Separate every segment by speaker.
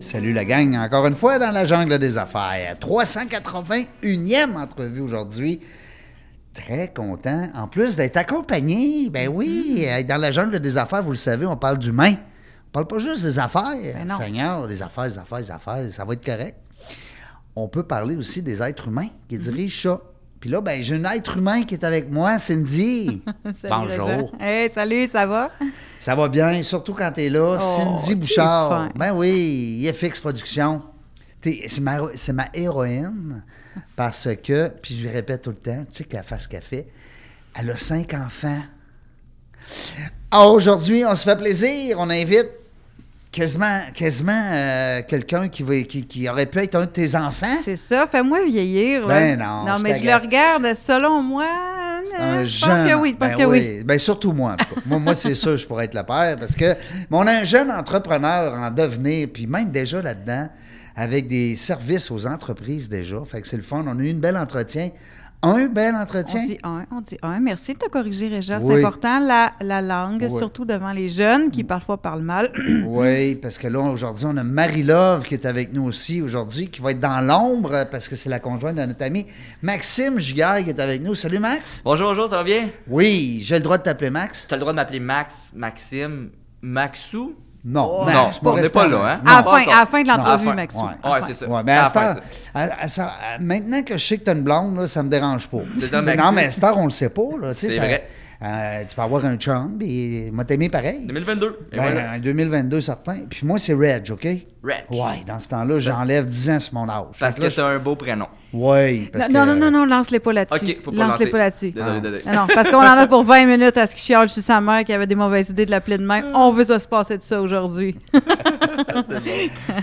Speaker 1: Salut la gang, encore une fois dans la jungle des affaires. 381e entrevue aujourd'hui. Très content. En plus d'être accompagné, ben oui, euh, dans la jungle des affaires, vous le savez, on parle d'humain. On parle pas juste des affaires.
Speaker 2: Ben non.
Speaker 1: Seigneur, des affaires, des affaires, des affaires, ça va être correct. On peut parler aussi des êtres humains
Speaker 2: Mhm.
Speaker 1: qui dirigent ça. Puis là, ben, j'ai un être humain qui est avec moi, Cindy.
Speaker 2: Salut,
Speaker 1: Bonjour.
Speaker 2: Régent. Hey, salut, ça va?
Speaker 1: Ça va bien, surtout quand t'es là.
Speaker 2: Oh,
Speaker 1: Cindy
Speaker 2: t'es
Speaker 1: Bouchard.
Speaker 2: fin.
Speaker 1: Ben oui, IFX Productions. T'es- C'est ma, c'est ma héroïne parce que, puis je lui répète tout le temps, tu sais qu'elle fasse café, elle a cinq enfants. Ah, Aujourd'hui, on se fait plaisir. On invite quasiment, quasiment euh, quelqu'un qui, va- qui, qui aurait pu être un de tes enfants.
Speaker 2: C'est ça, fais-moi vieillir. là.
Speaker 1: Ben non,
Speaker 2: Non,
Speaker 1: je
Speaker 2: mais je le
Speaker 1: t'agace.
Speaker 2: regarde, selon moi.
Speaker 1: C'est
Speaker 2: euh,
Speaker 1: un
Speaker 2: je
Speaker 1: jeune.
Speaker 2: pense que oui, je pense
Speaker 1: Ben
Speaker 2: que oui.
Speaker 1: Ben surtout moi, en tout cas. moi, moi c'est sûr, je pourrais être le père parce que mais on a un jeune entrepreneur en devenir, puis même déjà là-dedans, avec des services aux entreprises déjà. Fait que c'est le fun. On a eu une belle entretien. Un bel
Speaker 2: On
Speaker 1: entretien.
Speaker 2: dit un, on dit un. Merci de te corriger, Régent. C'est
Speaker 1: Oui.
Speaker 2: important, la, la langue,
Speaker 1: Oui.
Speaker 2: surtout devant les jeunes qui parfois parlent mal.
Speaker 1: Oui, parce que là, aujourd'hui, on a Marie-Love qui est avec nous aussi aujourd'hui, qui va être dans l'ombre euh, parce que c'est la conjointe de notre ami Maxime Giguère qui est avec nous. Salut, Max.
Speaker 3: Bonjour, bonjour, ça va bien?
Speaker 1: Oui, j'ai le droit de t'appeler Max.
Speaker 3: T'as le droit de m'appeler Max, Maxime, Maxou?
Speaker 1: Non,
Speaker 3: Oh.
Speaker 1: Max,
Speaker 3: Non,
Speaker 1: je peux
Speaker 3: on n'est
Speaker 1: rester
Speaker 3: pas
Speaker 1: en-
Speaker 3: là, hein?
Speaker 2: à, la
Speaker 3: pas
Speaker 2: fin,
Speaker 3: encore.
Speaker 2: à la fin de
Speaker 1: Non,
Speaker 2: l'entrevue,
Speaker 3: à la fin.
Speaker 2: Maxou.
Speaker 1: Ouais.
Speaker 2: À la
Speaker 3: Ouais,
Speaker 2: fin.
Speaker 3: c'est ça.
Speaker 1: Ouais, mais à cette
Speaker 3: Après
Speaker 1: heure- à- à ça- à- maintenant que je sais que t'as une blonde, là, ça me dérange pas.
Speaker 3: C'est un
Speaker 1: C'est-
Speaker 3: mec.
Speaker 1: non, mais à cette heure, on le sait pas. Là, tu sais,
Speaker 3: C'est
Speaker 1: ça-
Speaker 3: vrai.
Speaker 1: euh, tu peux avoir un chum, et moi, t'aimais pareil.
Speaker 3: 2022. Et
Speaker 1: Ben,
Speaker 3: voilà.
Speaker 1: En 2022, certain. Puis moi, c'est Reg, OK? Reg. Ouais, dans ce temps-là, j'enlève 10 ans sur mon âge.
Speaker 3: Parce
Speaker 1: Fait là, Hein?
Speaker 3: que t'as un beau prénom.
Speaker 1: je- Ouais, parce
Speaker 2: Non,
Speaker 1: que- Ah.
Speaker 2: non, non, non, lance-les pas là-dessus.
Speaker 3: Ok, faut pas
Speaker 2: lance-les
Speaker 3: lancer.
Speaker 2: pas là-dessus.
Speaker 3: Désolé, désolé.
Speaker 2: Non, non, parce qu'on en a pour 20 minutes à ce qui chiale sur sa mère qui avait des mauvaises idées de l'appeler de même. On veut ça se passer de ça aujourd'hui.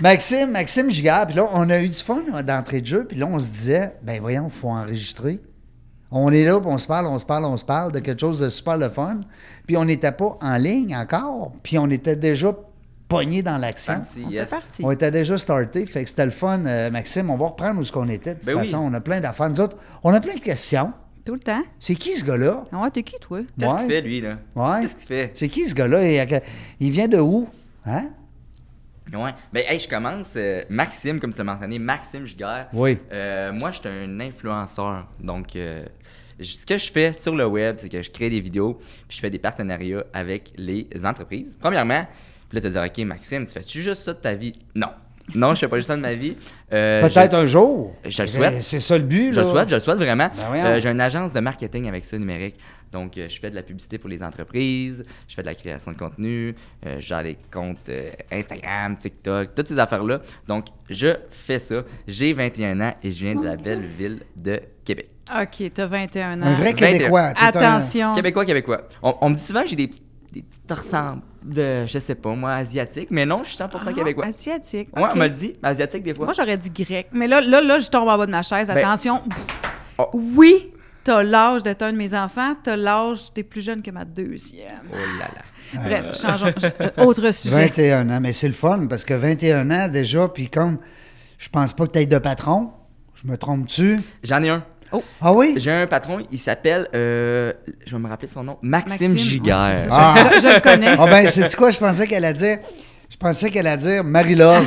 Speaker 1: Maxime, Maxime Gigard, puis là, on a eu du fun là, d'entrée de jeu, puis là, on se disait, ben voyons, faut enregistrer. On est là, puis on se parle, on se parle, on se parle de quelque chose de super le fun, puis on n'était pas en ligne encore, puis on était déjà pogné dans l'action.
Speaker 3: Parti,
Speaker 2: On
Speaker 3: yes.
Speaker 2: est parti.
Speaker 1: On était déjà starté, fait que c'était le fun, euh, Maxime, on va reprendre où ce qu'on était. De toute
Speaker 3: Ben oui.
Speaker 1: façon, on a plein d'affaires. Nous autres, on a plein de questions.
Speaker 2: Tout le temps.
Speaker 1: C'est qui ce gars-là?
Speaker 2: Ah ouais, t'es qui, toi?
Speaker 3: Qu'est-ce
Speaker 1: Ouais.
Speaker 3: qu'il fait, lui, là?
Speaker 1: Ouais.
Speaker 3: Qu'est-ce qu'il fait?
Speaker 1: C'est qui ce gars-là? Et à que- Il vient de où? Hein?
Speaker 3: Ouais. Ben, hey, je commence. euh, Maxime, comme tu l'as mentionné, Maxime Giguère.
Speaker 1: Oui.
Speaker 3: Euh, moi, je suis un influenceur. Donc, euh, je- ce que je fais sur le web, c'est que je crée des vidéos, puis je fais des partenariats avec les entreprises. Premièrement, puis là, tu vas dire, OK, Maxime, tu fais-tu juste ça de ta vie? Non. Non, je fais pas juste ça de ma vie. Euh,
Speaker 1: Peut-être
Speaker 3: je-
Speaker 1: un jour. Eh,
Speaker 3: je le souhaite.
Speaker 1: C'est ça le but,
Speaker 3: Je
Speaker 1: là.
Speaker 3: le souhaite, je le souhaite vraiment.
Speaker 1: Ben voyons.
Speaker 3: Euh, j'ai une agence de marketing avec ça numérique. Donc, euh, je fais de la publicité pour les entreprises, je fais de la création de contenu, euh, je gère les comptes euh, Instagram, TikTok, toutes ces affaires-là. Donc, je fais ça. J'ai 21 ans et je viens de la belle ville de Québec.
Speaker 2: OK, t'as 21 ans.
Speaker 1: Un vrai
Speaker 3: 21.
Speaker 1: Québécois. t'es un-
Speaker 2: Attention.
Speaker 3: Québécois, Québécois. On, on me dit souvent que j'ai des, petits- des petites ressembles de, je sais pas moi, asiatique, mais non, je suis 100%
Speaker 2: Ah,
Speaker 3: Québécois.
Speaker 2: Asiatique.
Speaker 3: Ouais,
Speaker 2: OK.
Speaker 3: on me le dit, asiatique des fois.
Speaker 2: Moi, j'aurais dit grec. Mais là, là, là, je tombe en bas de ma chaise.
Speaker 3: Ben-
Speaker 2: Attention. Pff.
Speaker 3: Oh.
Speaker 2: Oui, t'as l'âge d'être un de mes enfants. T'as l'âge, t'es plus jeune que ma deuxième.
Speaker 3: Oh là là.
Speaker 1: Euh,
Speaker 2: Bref, changeons. je- Autre sujet.
Speaker 1: 21 ans, mais c'est le fun parce que 21 ans déjà, puis comme je pense pas que tu de patron, je me trompe-tu?
Speaker 3: J'en ai un.
Speaker 1: Ah oui?
Speaker 3: J'ai un patron, il s'appelle, euh, je vais me rappeler son nom, Maxime,
Speaker 2: Maxime,
Speaker 3: Giguère.
Speaker 2: ouais, c'est ça.
Speaker 1: Ah,
Speaker 2: Je, je le connais.
Speaker 1: ah ben, c'est quoi? Je pensais qu'elle allait dire. Je pensais qu'elle allait dire Marie-Love.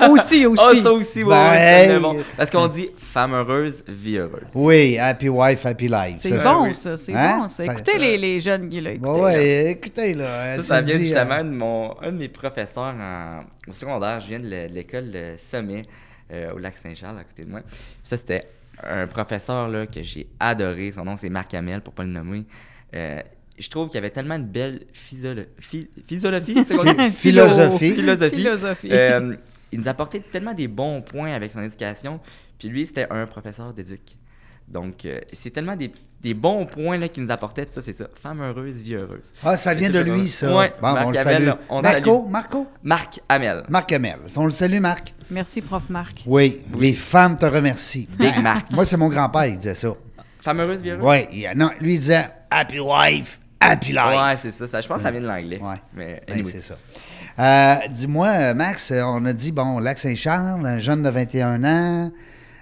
Speaker 2: aussi, aussi.
Speaker 3: Ah, ça aussi, ouais,
Speaker 1: Ben,
Speaker 3: ouais, c'est
Speaker 1: hey.
Speaker 3: bon. Parce qu'on dit femme heureuse, vie heureuse.
Speaker 1: oui, Happy Wife, Happy Life.
Speaker 2: C'est
Speaker 1: ça.
Speaker 2: bon,
Speaker 3: oui.
Speaker 2: ça. C'est
Speaker 1: Hein?
Speaker 2: bon, ça.
Speaker 1: Ça-
Speaker 2: Écoutez
Speaker 1: ça-
Speaker 2: les, les jeunes qui l'ont écouté.
Speaker 1: Ouais, ouais, écoutez, là.
Speaker 3: Ça, ça
Speaker 1: Cindy,
Speaker 3: vient
Speaker 1: euh,
Speaker 3: justement de mon, un de mes professeurs en- au secondaire. Je viens de l'é- l'école euh, Sommet euh, au lac Saint-Charles, à côté de moi. Ça, c'était un professeur là, que j'ai adoré. Son nom, c'est Marc Hamel, pour pas le nommer. Euh, je trouve qu'il y avait tellement une belle physiolo- phi- physiologie, c'est quoi?
Speaker 1: Philosophie.
Speaker 3: philosophie.
Speaker 2: Philosophie.
Speaker 3: Euh, il nous apportait tellement des bons points avec son éducation. Puis lui, c'était un professeur d'éduc. Donc, euh, c'est tellement des, des bons points là, qu'il nous apportait. Puis ça, c'est ça. Femme heureuse, vie heureuse.
Speaker 1: Ah, ça vient de lui, ça.
Speaker 3: Ouais,
Speaker 1: Bon,
Speaker 3: Marc
Speaker 1: on le
Speaker 3: Hamel,
Speaker 1: salue.
Speaker 3: on le
Speaker 1: Marco,
Speaker 3: salue.
Speaker 1: Marco,
Speaker 3: Marc Hamel.
Speaker 1: Marc Hamel. On le salue, Marc.
Speaker 2: Merci, prof Marc.
Speaker 1: Oui, les femmes te remercient.
Speaker 3: Big Marc.
Speaker 1: Moi, c'est mon grand-père, il disait ça.
Speaker 3: Femme heureuse, vie heureuse.
Speaker 1: Oui, il- non, lui, il disait Happy Wife, Happy Life.
Speaker 3: Ouais, c'est ça, ça. Je pense que ça vient de l'anglais.
Speaker 1: Ouais.
Speaker 3: Mais
Speaker 1: Ben,
Speaker 3: anyway.
Speaker 1: c'est ça. Euh, Dis-moi, Max, euh, on a dit, bon, Lac Saint-Charles, un jeune de 21 ans,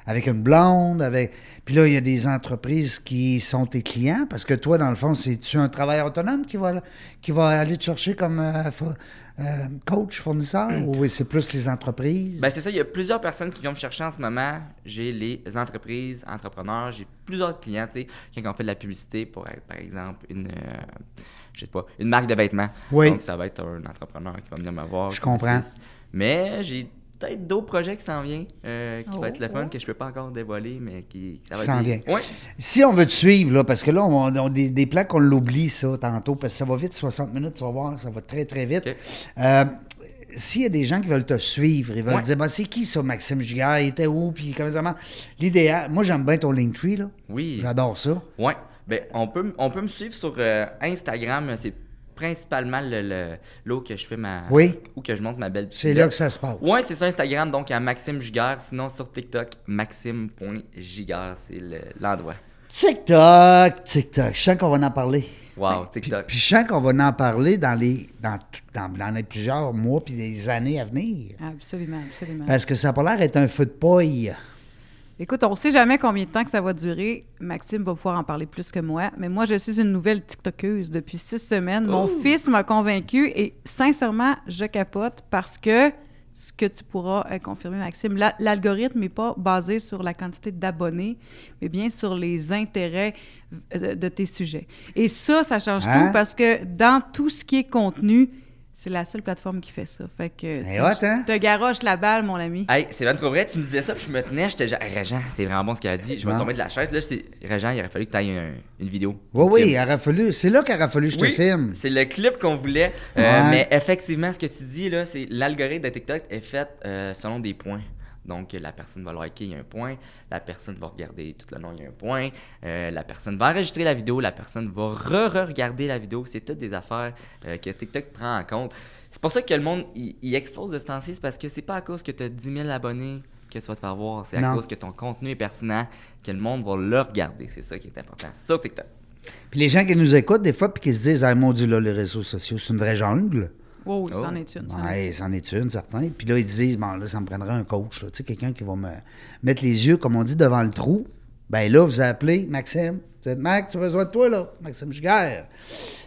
Speaker 1: avec une blonde, avec. Puis là, il y a des entreprises qui sont tes clients, parce que toi, dans le fond, c'est-tu un travailleur autonome qui va, qui va aller te chercher comme euh, fo- euh, coach, fournisseur, ou c'est plus les entreprises?
Speaker 3: Ben, c'est ça, il y a plusieurs personnes qui viennent me chercher en ce moment. J'ai les entreprises, entrepreneurs, j'ai plusieurs clients, tu sais, quand on fait de la publicité pour, euh, par exemple, une, euh, je sais pas, une marque de vêtements.
Speaker 1: Oui.
Speaker 3: Donc, ça va être un entrepreneur qui va venir me voir.
Speaker 1: Je
Speaker 3: qui me
Speaker 1: comprends.
Speaker 3: saisit. Mais j'ai peut-être d'autres projets qui s'en viennent, euh, qui
Speaker 2: Oh,
Speaker 3: va être le fun,
Speaker 2: oh.
Speaker 3: que je peux pas encore dévoiler, mais qui ça va
Speaker 1: Qui s'en
Speaker 3: être des-
Speaker 1: vient.
Speaker 3: Ouais.
Speaker 1: Si on veut te suivre, là, parce que là, on, on a des, des plaques, on l'oublie, ça, tantôt, parce que ça va vite, 60 minutes, tu vas voir, ça va très, très vite.
Speaker 3: Ok.
Speaker 1: Euh, S'il y a des gens qui veulent te suivre, ils veulent
Speaker 3: Ouais.
Speaker 1: dire, bah, c'est qui ça, Maxime Giguère, il était où, puis comment ça marche? L'idéal, moi, j'aime bien ton Linktree, là.
Speaker 3: Oui.
Speaker 1: J'adore ça.
Speaker 3: Ouais. Ben, on, peut, m- on peut me suivre sur euh, Instagram. C'est principalement le, le- là où que je fais ma.
Speaker 1: Oui.
Speaker 3: Où que je monte ma belle
Speaker 1: C'est là que ça se passe.
Speaker 3: Ouais, c'est sur Instagram, donc à Maxime Giguère. Sinon, sur TikTok, maxime.giguère, c'est le- l'endroit.
Speaker 1: TikTok, TikTok. Je sens qu'on va en parler.
Speaker 3: Wow,
Speaker 1: Ben, Puis,
Speaker 3: TikTok.
Speaker 1: puis je sens qu'on va en parler dans les, dans, tout- dans, dans les plusieurs mois puis les années à venir.
Speaker 2: Absolument, absolument.
Speaker 1: Parce que ça a pas l'air d'être un feu de paille.
Speaker 2: Écoute, on ne sait jamais combien de temps que ça va durer. Maxime va pouvoir en parler plus que moi, mais moi, je suis une nouvelle TikTokeuse depuis six semaines. Mon
Speaker 1: Oh!
Speaker 2: fils m'a convaincue et sincèrement, je capote parce que ce que tu pourras euh, confirmer, Maxime, la- l'algorithme n'est pas basé sur la quantité d'abonnés, mais bien sur les intérêts euh, de tes sujets. Et ça, ça change
Speaker 1: Hein?
Speaker 2: tout parce que dans tout ce qui est contenu, c'est la seule plateforme qui fait ça. Fait que tu sais,
Speaker 1: hot, hein?
Speaker 2: je te garoche la balle, mon ami.
Speaker 3: Hey, c'est bien trop vrai, tu me disais ça, puis je me tenais, j'étais genre, Hey, Réjean, c'est vraiment bon ce qu'il a dit, je vais
Speaker 1: Bon.
Speaker 3: tomber de la chaise. Là, c'est Réjean, il aurait fallu que tu ailles une vidéo.
Speaker 1: Oui,
Speaker 3: Un
Speaker 1: oui,
Speaker 3: clip.
Speaker 1: il aurait fallu. C'est là qu'il aurait fallu que je
Speaker 3: Oui,
Speaker 1: te filme.
Speaker 3: C'est le clip qu'on voulait. Euh,
Speaker 1: Ouais.
Speaker 3: Mais effectivement, ce que tu dis, là, c'est l'algorithme de TikTok est fait euh, selon des points. Donc, la personne va liker, il y a un point. La personne va regarder tout le long, il y a un point. Euh, la personne va enregistrer la vidéo. La personne va re-regarder la vidéo. C'est toutes des affaires euh, que TikTok prend en compte. C'est pour ça que le monde, il il explose de ce temps-ci. C'est parce que c'est pas à cause que tu as 10 000 abonnés que tu vas te faire voir. C'est à
Speaker 1: Non.
Speaker 3: cause que ton contenu est pertinent, que le monde va le regarder. C'est ça qui est important sur TikTok.
Speaker 1: Puis les gens qui nous écoutent, des fois, puis qui se disent, ah, mon Dieu, là, les réseaux sociaux, c'est une vraie jungle.
Speaker 2: Wow,
Speaker 3: Oh.
Speaker 2: c'en est une. c'en est une.
Speaker 1: Oui, c'en est une, certain. Puis là, ils disent, bon, là, ça me prendrait un coach, là. tu sais, quelqu'un qui va me mettre les yeux, comme on dit, devant le trou. Ben là, vous appelez Maxime. Vous êtes Max, tu as besoin de toi, là, Maxime Giguère,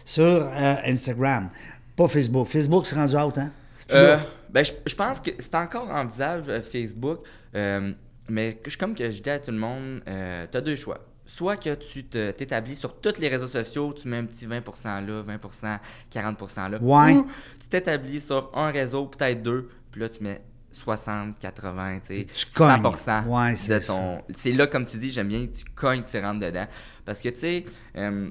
Speaker 1: sur euh, Instagram. Pas Facebook. Facebook, c'est rendu out, hein? C'est plus
Speaker 3: Euh,
Speaker 1: là.
Speaker 3: ben, je, je pense que c'est encore envisageable euh, Facebook, euh, mais que je- comme que je dis à tout le monde, tu as deux choix. Soit que tu te- t'établis sur tous les réseaux sociaux, tu mets un petit 20% là, 20%, 40% là.
Speaker 1: Ouais.
Speaker 3: Ou tu t'établis sur un réseau, peut-être deux, puis là tu mets 60, 80, tu sais,
Speaker 1: Puis tu cognes.
Speaker 3: 100%
Speaker 1: Ouais,
Speaker 3: de
Speaker 1: c'est ça.
Speaker 3: ton... C'est là, comme tu dis, j'aime bien que tu cognes, que tu rentres dedans. Parce que, tu sais... euh,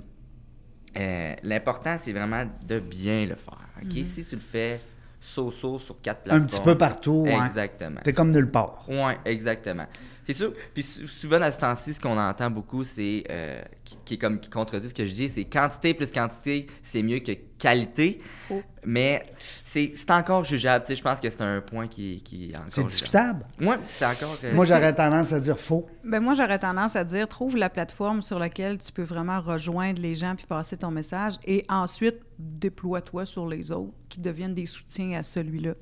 Speaker 3: euh, l'important, c'est vraiment de bien le faire. ok? Si tu le fais so-so sur quatre plateformes.
Speaker 1: Un petit peu partout, ouais.
Speaker 3: Exactement.
Speaker 1: T'es comme nulle part.
Speaker 3: Oui, exactement. C'est sûr. Puis sou- souvent, à ce temps-ci, ce qu'on entend beaucoup, c'est. euh, qui, qui est comme, qui contredit ce que je dis, c'est quantité plus quantité, c'est mieux que qualité.
Speaker 2: Oh.
Speaker 3: Mais c'est c'est encore jugeable. Tu sais, je pense que c'est un point qui, qui est encore.
Speaker 1: C'est discutable.
Speaker 3: Oui, c'est encore. euh,
Speaker 1: Moi, j'aurais tendance à dire faux.
Speaker 2: Ben moi, j'aurais tendance à dire, trouve la plateforme sur laquelle tu peux vraiment rejoindre les gens puis passer ton message et ensuite déploie-toi sur les autres qui deviennent des soutiens à celui-là.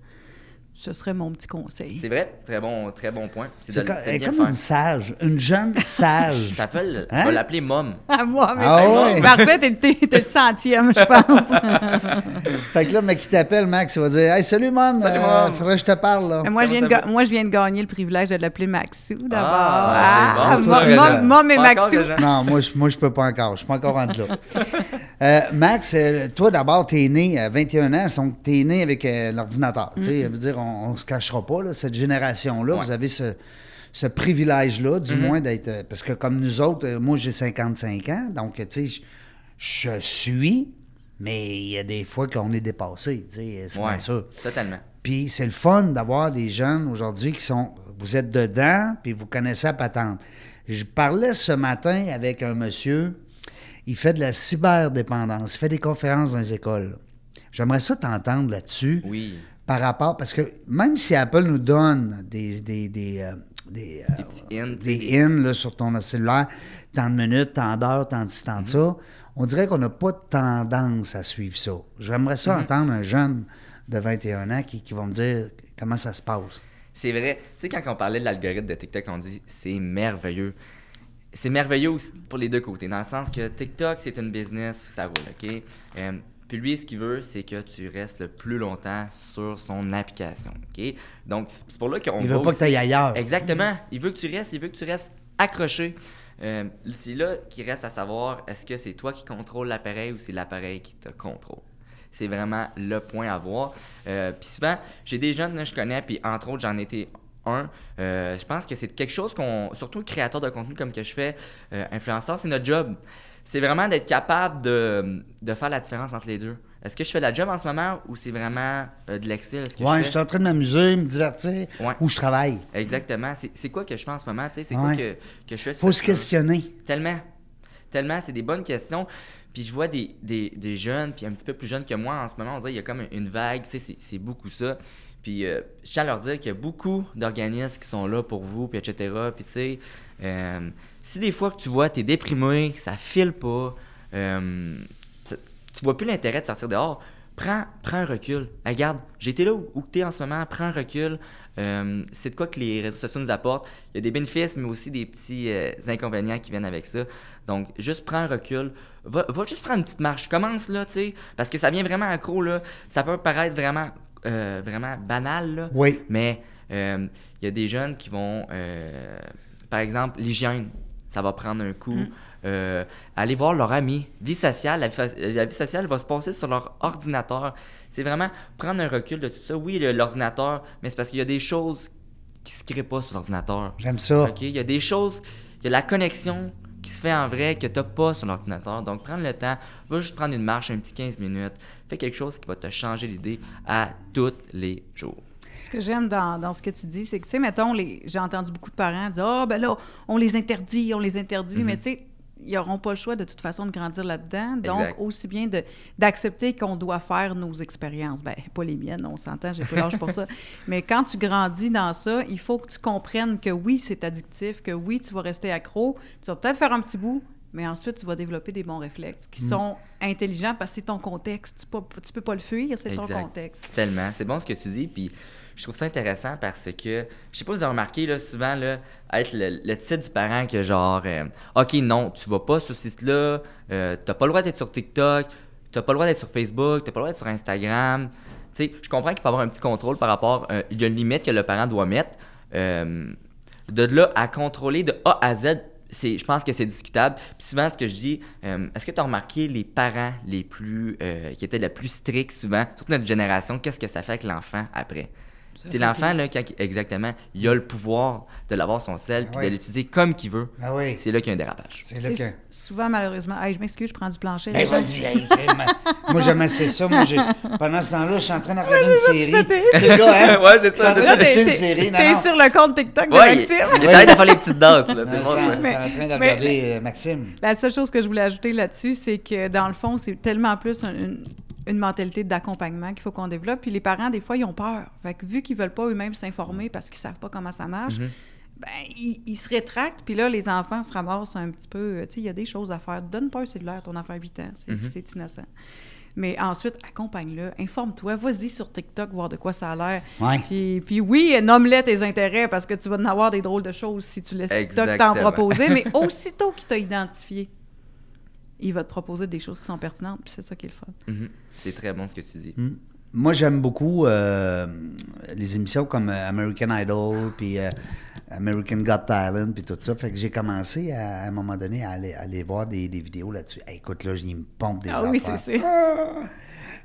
Speaker 2: Ce serait mon petit conseil.
Speaker 3: C'est vrai. Très bon, très bon point. C'est
Speaker 1: C'est
Speaker 3: de-
Speaker 1: co-
Speaker 3: c'est de
Speaker 1: elle est
Speaker 3: bien
Speaker 1: comme
Speaker 3: faire.
Speaker 1: une sage, une jeune sage.
Speaker 3: Je t'appelle.
Speaker 1: Hein?
Speaker 3: On va l'appeler Mom.
Speaker 2: À moi, mais
Speaker 1: Ah ouais.
Speaker 2: parfait, t'es le, t'es- t'es le centième, je pense.
Speaker 1: Fait que là, mais qui t'appelle, Max, il va dire Hey, salut, maman,
Speaker 3: Salut,
Speaker 1: euh,
Speaker 3: mom.
Speaker 1: faudrait que je te parle, là.
Speaker 2: Mais moi, je
Speaker 3: Comment
Speaker 2: viens de
Speaker 3: ça
Speaker 2: ga- moi, je viens de gagner le privilège de l'appeler Maxou d'abord.
Speaker 3: Ah,
Speaker 1: c'est bon,
Speaker 2: moi,
Speaker 1: ça,
Speaker 2: moi-
Speaker 1: Réjean.
Speaker 2: moi, mais
Speaker 3: Pas encore,
Speaker 2: Maxou.
Speaker 3: Réjean.
Speaker 1: Non, moi, je, moi, je peux pas encore. Je suis pas encore rendu là. Euh, Max, euh, toi, d'abord, t'es né à 21 ans, donc t'es né avec euh, l'ordinateur. Tu sais, je veux dire, on, on se cachera pas, là, cette génération-là,
Speaker 3: Mm-hmm. Ouais. Mm-hmm.
Speaker 1: vous avez ce, ce privilège-là, du moins, d'être. euh, Parce que comme nous autres, euh, moi, j'ai 55 ans, donc, euh, tu sais, je- je suis, mais il y a des fois qu'on est dépassé, tu sais, c'est
Speaker 3: Ouais,
Speaker 1: bien sûr.
Speaker 3: Totalement.
Speaker 1: Puis c'est le fun d'avoir des jeunes aujourd'hui qui sont. Vous êtes dedans, puis vous connaissez la patente. Je parlais ce matin avec un monsieur. Il fait de la cyberdépendance. Il fait des conférences dans les écoles. J'aimerais ça t'entendre là-dessus.
Speaker 3: Oui.
Speaker 1: Par rapport. Parce que même si Apple nous donne des. des, des, euh, des, euh,
Speaker 3: Des petits hints,
Speaker 1: des in là, sur ton cellulaire, tant de minutes, tant d'heures, tant de ci, tant de
Speaker 3: Mhm.
Speaker 1: ça. On dirait qu'on n'a pas de tendance à suivre ça. J'aimerais ça
Speaker 3: Mhm.
Speaker 1: entendre un jeune de 21 ans qui, qui va me dire comment ça se passe.
Speaker 3: C'est vrai. Tu sais, quand on parlait de l'algorithme de TikTok, on dit c'est merveilleux. C'est merveilleux aussi pour les deux côtés, dans le sens que TikTok, c'est une business, ça roule, OK? Euh, puis lui, ce qu'il veut, c'est que tu restes le plus longtemps sur son application, OK? Donc, c'est pour là qu'on
Speaker 1: Il
Speaker 3: va
Speaker 1: veut pas que
Speaker 3: aussi-
Speaker 1: tu ailles ailleurs.
Speaker 3: Exactement. Il veut que tu restes, il veut que tu restes accroché. Euh, c'est là qu'il reste à savoir est-ce que c'est toi qui contrôle l'appareil ou c'est l'appareil qui te contrôle. C'est vraiment le point à voir. Euh, puis souvent, j'ai des jeunes que je connais, puis entre autres, j'en étais un. Euh, je pense que c'est quelque chose qu'on, surtout créateur de contenu comme que je fais, euh, influenceur, c'est notre job. C'est vraiment d'être capable de, de faire la différence entre les deux. Est-ce que je fais la job en ce moment ou c'est vraiment euh, de l'exil? Est-ce que
Speaker 1: Ouais,
Speaker 3: je
Speaker 1: je
Speaker 3: fais?
Speaker 1: suis en train de m'amuser, me divertir,
Speaker 3: Ouais.
Speaker 1: ou je travaille.
Speaker 3: Exactement. C'est c'est quoi que je fais en ce moment, tu sais? C'est
Speaker 1: Ouais.
Speaker 3: quoi que, que je fais sur
Speaker 1: faut se
Speaker 3: Facebook?
Speaker 1: questionner.
Speaker 3: Tellement. Tellement, c'est des bonnes questions. Puis je vois des, des, des jeunes, puis un petit peu plus jeunes que moi en ce moment, on dirait qu'il y a comme une vague, tu sais, c'est- c'est beaucoup ça. Puis euh, je tiens à leur dire qu'il y a beaucoup d'organismes qui sont là pour vous, puis etc. Puis tu sais, euh, si des fois que tu vois, t'es déprimé, que ça file pas, euh, tu tu vois plus l'intérêt de sortir dehors, prends, prends un recul. Regarde, j'étais là où, où tu es en ce moment, prends un recul. Euh, c'est de quoi que les réseaux sociaux nous apportent. Il y a des bénéfices, mais aussi des petits euh, inconvénients qui viennent avec ça. Donc, juste prends un recul. Va, va juste prendre une petite marche. Commence là, tu sais, parce que ça vient vraiment accro, là. Ça peut paraître vraiment, euh, vraiment banal, là.
Speaker 1: Oui.
Speaker 3: Mais euh, il y a des jeunes qui vont, euh, par exemple, l'hygiène, ça va prendre un coup. Euh, aller voir leur ami. Vie sociale, la vie, fa- la vie sociale va se passer sur leur ordinateur. C'est vraiment prendre un recul de tout ça. Oui, le- l'ordinateur, mais c'est parce qu'il y a des choses qui se créent pas sur l'ordinateur.
Speaker 1: J'aime ça.
Speaker 3: OK? Il y a des choses, il y a la connexion qui se fait en vrai que tu n'as pas sur l'ordinateur. Donc, prendre le temps, va juste prendre une marche, un petit 15 minutes. Fais quelque chose qui va te changer l'idée à tous les jours.
Speaker 2: Ce que j'aime dans, dans ce que tu dis, c'est que, tu sais, mettons, les, j'ai entendu beaucoup de parents dire Ah, ben là, on les interdit, on les interdit,
Speaker 3: Mm-hmm.
Speaker 2: mais tu sais, ils n'auront pas le choix de toute façon de grandir là-dedans. Donc,
Speaker 3: Exact.
Speaker 2: aussi bien de, d'accepter qu'on doit faire nos expériences. Ben, pas les miennes, on s'entend, j'ai pas l'âge pour ça. Mais quand tu grandis dans ça, il faut que tu comprennes que oui, c'est addictif, que oui, tu vas rester accro, tu vas peut-être faire un petit bout. Mais ensuite, tu vas développer des bons réflexes
Speaker 3: Mm.
Speaker 2: qui sont intelligents parce que c'est ton contexte. Tu ne tu peux pas le fuir, c'est ton
Speaker 3: Exact.
Speaker 2: contexte.
Speaker 3: Tellement. C'est bon ce que tu dis, puis je trouve ça intéressant parce que, je sais pas si vous avez remarqué, là, souvent, là, être le, le titre du parent que genre, euh, OK, non, tu vas pas sur ce site-là, euh, t'as pas le droit d'être sur TikTok, t'as pas le droit d'être sur Facebook, t'as pas le droit d'être sur Instagram. Tu sais, je comprends qu'il peut y avoir un petit contrôle par rapport, euh, il y a une limite que le parent doit mettre. Euh, de là à contrôler de A à Z, c'est, je pense que c'est discutable. Puis souvent, ce que je dis, euh, est-ce que tu as remarqué les parents les plus, euh, qui étaient les plus stricts souvent, toute notre génération, qu'est-ce que ça fait avec l'enfant après? C'est
Speaker 2: fait
Speaker 3: l'enfant, là, quand, il- exactement, il a le pouvoir de l'avoir son sel puis
Speaker 1: oui.
Speaker 3: de l'utiliser comme qu'il veut.
Speaker 1: Ah oui.
Speaker 3: C'est là qu'il y a un dérapage.
Speaker 1: C'est là
Speaker 2: Tu sais,
Speaker 1: que.
Speaker 2: sou- Souvent, malheureusement, Hey, je m'excuse, je prends du plancher.
Speaker 1: Ben,
Speaker 2: Je-
Speaker 1: vas-y, hey, vraiment. Moi, j'aimais c'est ça. Moi, j'ai- pendant ce temps-là, je suis en train de regarder une série.
Speaker 2: péter.
Speaker 1: C'est le gars, hein?
Speaker 3: Ouais, c'est ça.
Speaker 1: Je suis en train
Speaker 2: Là,
Speaker 1: de
Speaker 2: t'es,
Speaker 1: péter une
Speaker 2: t'es-
Speaker 1: série. Non,
Speaker 2: t'es
Speaker 1: non.
Speaker 2: sur le compte TikTok de
Speaker 3: Ouais, il,
Speaker 2: Maxime.
Speaker 3: il est allé de faire les petites danses, là,
Speaker 1: Non,
Speaker 3: c'est
Speaker 1: je suis
Speaker 3: bon,
Speaker 1: en-
Speaker 3: ça.
Speaker 1: je suis en train de
Speaker 2: Mais-
Speaker 1: regarder euh, Maxime.
Speaker 2: La seule chose que je voulais ajouter là-dessus, c'est que dans le fond, c'est tellement plus un- une, une mentalité d'accompagnement qu'il faut qu'on développe. Puis les parents, des fois, ils ont peur. Fait que vu qu'ils veulent pas eux-mêmes s'informer parce qu'ils savent pas comment ça marche, ben, ils, ils se rétractent. Puis là, les enfants se ramassent un petit peu. euh, Tu sais, il y a des choses à faire. Donne pas un cellulaire à ton enfant à 8 ans. C'est, c'est innocent. Mais ensuite, accompagne-le, informe-toi, vas-y sur TikTok voir de quoi ça a l'air.
Speaker 1: Ouais.
Speaker 2: Puis, puis oui, nomme-les tes intérêts parce que tu vas en avoir des drôles de choses si tu laisses TikTok t'en
Speaker 3: Exactement.
Speaker 2: proposer. Mais aussitôt qu'il t'a identifié, il va te proposer des choses qui sont pertinentes, puis c'est ça qui est le fun.
Speaker 3: Mhm. C'est très bon ce que tu dis.
Speaker 1: Moi, j'aime beaucoup euh, les émissions comme euh, American Idol, puis euh, American Got Talent, puis tout ça. Fait que j'ai commencé à, à un moment donné à aller, à aller voir des, des vidéos là-dessus. Hey, écoute, là, ils me pompe des
Speaker 2: Ah oui,
Speaker 1: affaires.
Speaker 2: c'est sûr.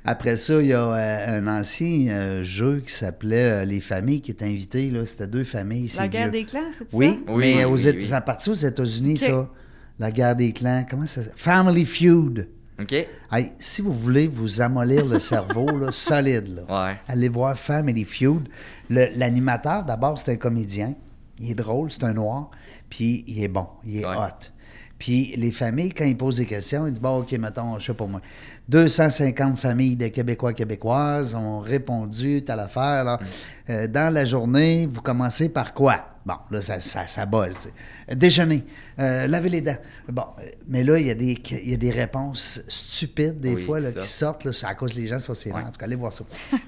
Speaker 1: Après ça, il y a euh, un ancien euh, jeu qui s'appelait euh, Les familles qui étaient invitées. là. C'était deux familles.
Speaker 2: La
Speaker 1: c'est
Speaker 2: guerre
Speaker 1: vieux.
Speaker 2: des clans, c'est
Speaker 1: Oui,
Speaker 2: ça?
Speaker 3: Oui,
Speaker 1: mais
Speaker 3: oui,
Speaker 1: aux
Speaker 3: oui,
Speaker 1: Éta-
Speaker 3: oui.
Speaker 1: ça partit aux États-Unis,
Speaker 2: Ok.
Speaker 1: ça. La guerre des clans. Comment ça s'appelle? Family Feud.
Speaker 3: OK?
Speaker 1: Hey, si vous voulez vous amollir le cerveau, là, solide, là,
Speaker 3: Ouais.
Speaker 1: allez voir Family Feud. Le- L'animateur, d'abord, c'est un comédien. Il est drôle, c'est un noir, puis il est bon, il est
Speaker 3: Ouais.
Speaker 1: hot. Puis les familles, quand ils posent des questions, ils disent Bon, OK, mettons, je sais pas moi, 250 familles de Québécois, Québécoises ont répondu, à l'affaire, là.
Speaker 3: Mm.
Speaker 1: Euh, dans la journée, vous commencez par quoi Bon, là, ça, ça, ça buzz. tu sais. Déjeuner, euh, laver les dents. Bon, euh, mais là, il y, a des- il y a des réponses stupides, des
Speaker 3: Oui,
Speaker 1: fois, là,
Speaker 3: ça.
Speaker 1: qui sortent, là, c'est à cause des gens sur ces En tout cas, allez voir ça.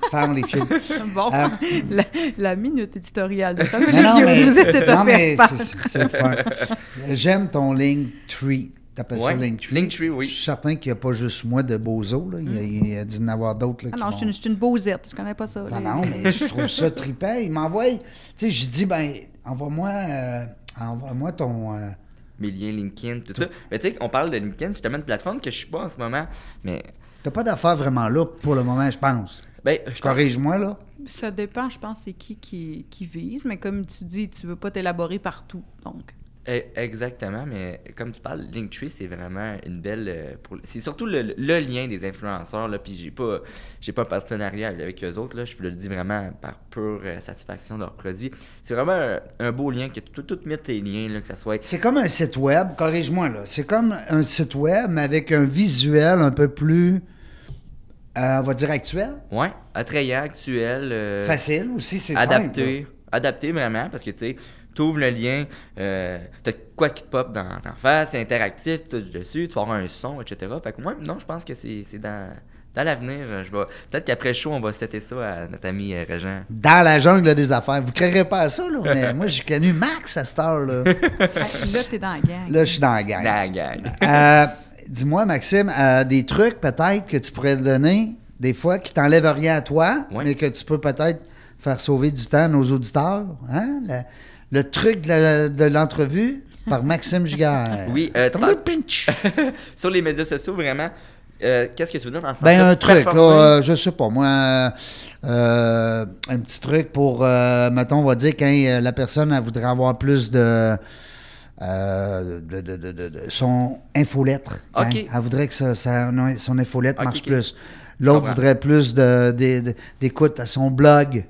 Speaker 1: Family Feud.
Speaker 2: Bon,
Speaker 1: Euh,
Speaker 2: la, la minute éditoriale de Family
Speaker 1: Mais non,
Speaker 2: Feud
Speaker 1: mais,
Speaker 2: nous était
Speaker 1: non, mais
Speaker 2: offerte par-
Speaker 1: c'est- c'est le fun. J'aime ton Linktree. T'appelles ça
Speaker 3: Ouais,
Speaker 1: Linktree?
Speaker 3: Linktree, oui.
Speaker 1: Je suis certain qu'il n'y a pas juste moi de bozo. Là. Il, y a, il y a dû en avoir d'autres. là,
Speaker 2: Mm. Ah
Speaker 1: qui
Speaker 2: non, je
Speaker 1: vont-
Speaker 2: suis une, je suis une beauzette, je connais pas ça.
Speaker 1: Non,
Speaker 2: les-
Speaker 1: non, mais je trouve ça trippant. Il m'envoie... Tu sais, je dis, ben, envoie-moi euh, envoie-moi ton... euh,
Speaker 3: Mes liens LinkedIn, tout ça. Mais tu sais, on parle de LinkedIn, c'est justement une plateforme que je suis pas en ce moment. Mais,
Speaker 1: T'as pas d'affaires vraiment là pour le moment, je pense.
Speaker 3: ben, je pense-
Speaker 1: Corrige-moi, là.
Speaker 2: Ça dépend, je pense, c'est qui, qui qui vise, mais comme tu dis, tu veux pas t'élaborer partout, donc.
Speaker 3: Eh, Exactement, mais comme tu parles, Linktree, c'est vraiment une belle. euh, pour- C'est surtout le, le lien des influenceurs, là, puis j'ai pas, j'ai pas un partenariat avec eux autres, là, je vous le dis vraiment par pure euh, satisfaction de leurs produits. C'est vraiment un, un beau lien que tu peux tout mettre tes liens, là, que ça soit.
Speaker 1: C'est comme un site web, corrige-moi là. C'est comme un site web, mais avec un visuel un peu plus, euh, on va dire actuel,
Speaker 3: Ouais, attrayant, actuel. euh,
Speaker 1: facile aussi, c'est simple.
Speaker 3: adapté. Adapté vraiment, parce que tu sais, tu ouvres le lien, euh, t'as quoi qui te pop dans ta face, c'est interactif, tu touches dessus, tu vas avoir un son, etc. Fait que moi, non, je pense que c'est c'est dans, dans l'avenir. euh, Je vais Peut-être qu'après le show, on va setter ça à notre ami euh, Régent.
Speaker 1: Dans la jungle des affaires. Vous créerez pas à ça, là, mais moi, j'ai connu Max à cette heure-là.
Speaker 2: Ah, Là, t'es dans la gang.
Speaker 1: Là, je suis dans la gang.
Speaker 3: La gang.
Speaker 1: Euh, Dis-moi, Maxime, euh, des trucs peut-être que tu pourrais donner, des fois, qui t'enlèvent rien à toi,
Speaker 3: Ouais.
Speaker 1: mais que tu peux peut-être faire sauver du temps à nos auditeurs. hein? Le, le truc de la- de l'entrevue par Maxime Giguère.
Speaker 3: Oui, euh,
Speaker 1: Comme le pinch.
Speaker 3: Sur les médias sociaux, vraiment, euh, qu'est-ce que tu veux dire dans ce
Speaker 1: Ben,
Speaker 3: sens-là?
Speaker 1: un truc, là,
Speaker 3: Performer?
Speaker 1: euh, je sais pas, moi, euh, euh, un petit truc pour, euh, mettons, on va dire, quand euh, la personne, elle voudrait avoir plus de, euh, de, de- de- de- de- son infolettre. quand
Speaker 3: Ok.
Speaker 1: Elle voudrait que ça- ça- non, son infolettre
Speaker 3: Ok,
Speaker 1: marche
Speaker 3: ok.
Speaker 1: plus. L'autre
Speaker 3: Comprends.
Speaker 1: voudrait plus de- de- de- d'écoute à son blog.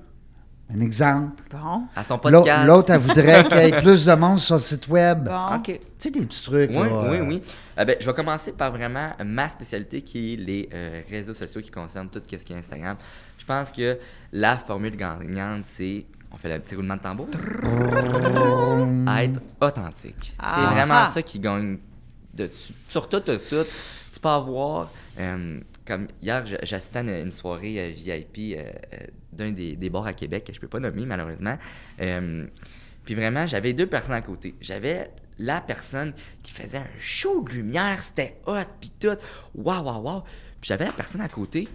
Speaker 1: Un exemple.
Speaker 2: Bon,
Speaker 3: À son
Speaker 1: L'au-
Speaker 3: podcast.
Speaker 1: L'autre, elle voudrait qu'il y ait plus de monde sur le site web.
Speaker 2: bon.
Speaker 3: OK.
Speaker 1: Tu sais, des petits trucs.
Speaker 3: Oui,
Speaker 1: là,
Speaker 3: oui,
Speaker 1: euh,
Speaker 3: oui. Ah ben, je vais commencer par vraiment ma spécialité qui est les euh, réseaux sociaux qui concernent tout ce qui est Instagram. Je pense que la formule gagnante, c'est. On fait le petit roulement de tambour. Être authentique.
Speaker 2: Euh, Ah.
Speaker 3: C'est vraiment
Speaker 2: Ah.
Speaker 3: ça qui gagne de, tu- sur tout, tout, tout. Tu peux avoir. euh, comme hier, je- j'assistais à une, une soirée euh, VIP euh, euh, d'un des, des bars à Québec que je peux pas nommer malheureusement. Euh, puis vraiment, j'avais deux personnes à côté. J'avais la personne qui faisait un show de lumière, c'était hot, puis tout. Waouh, waouh, waouh. Puis j'avais la personne à côté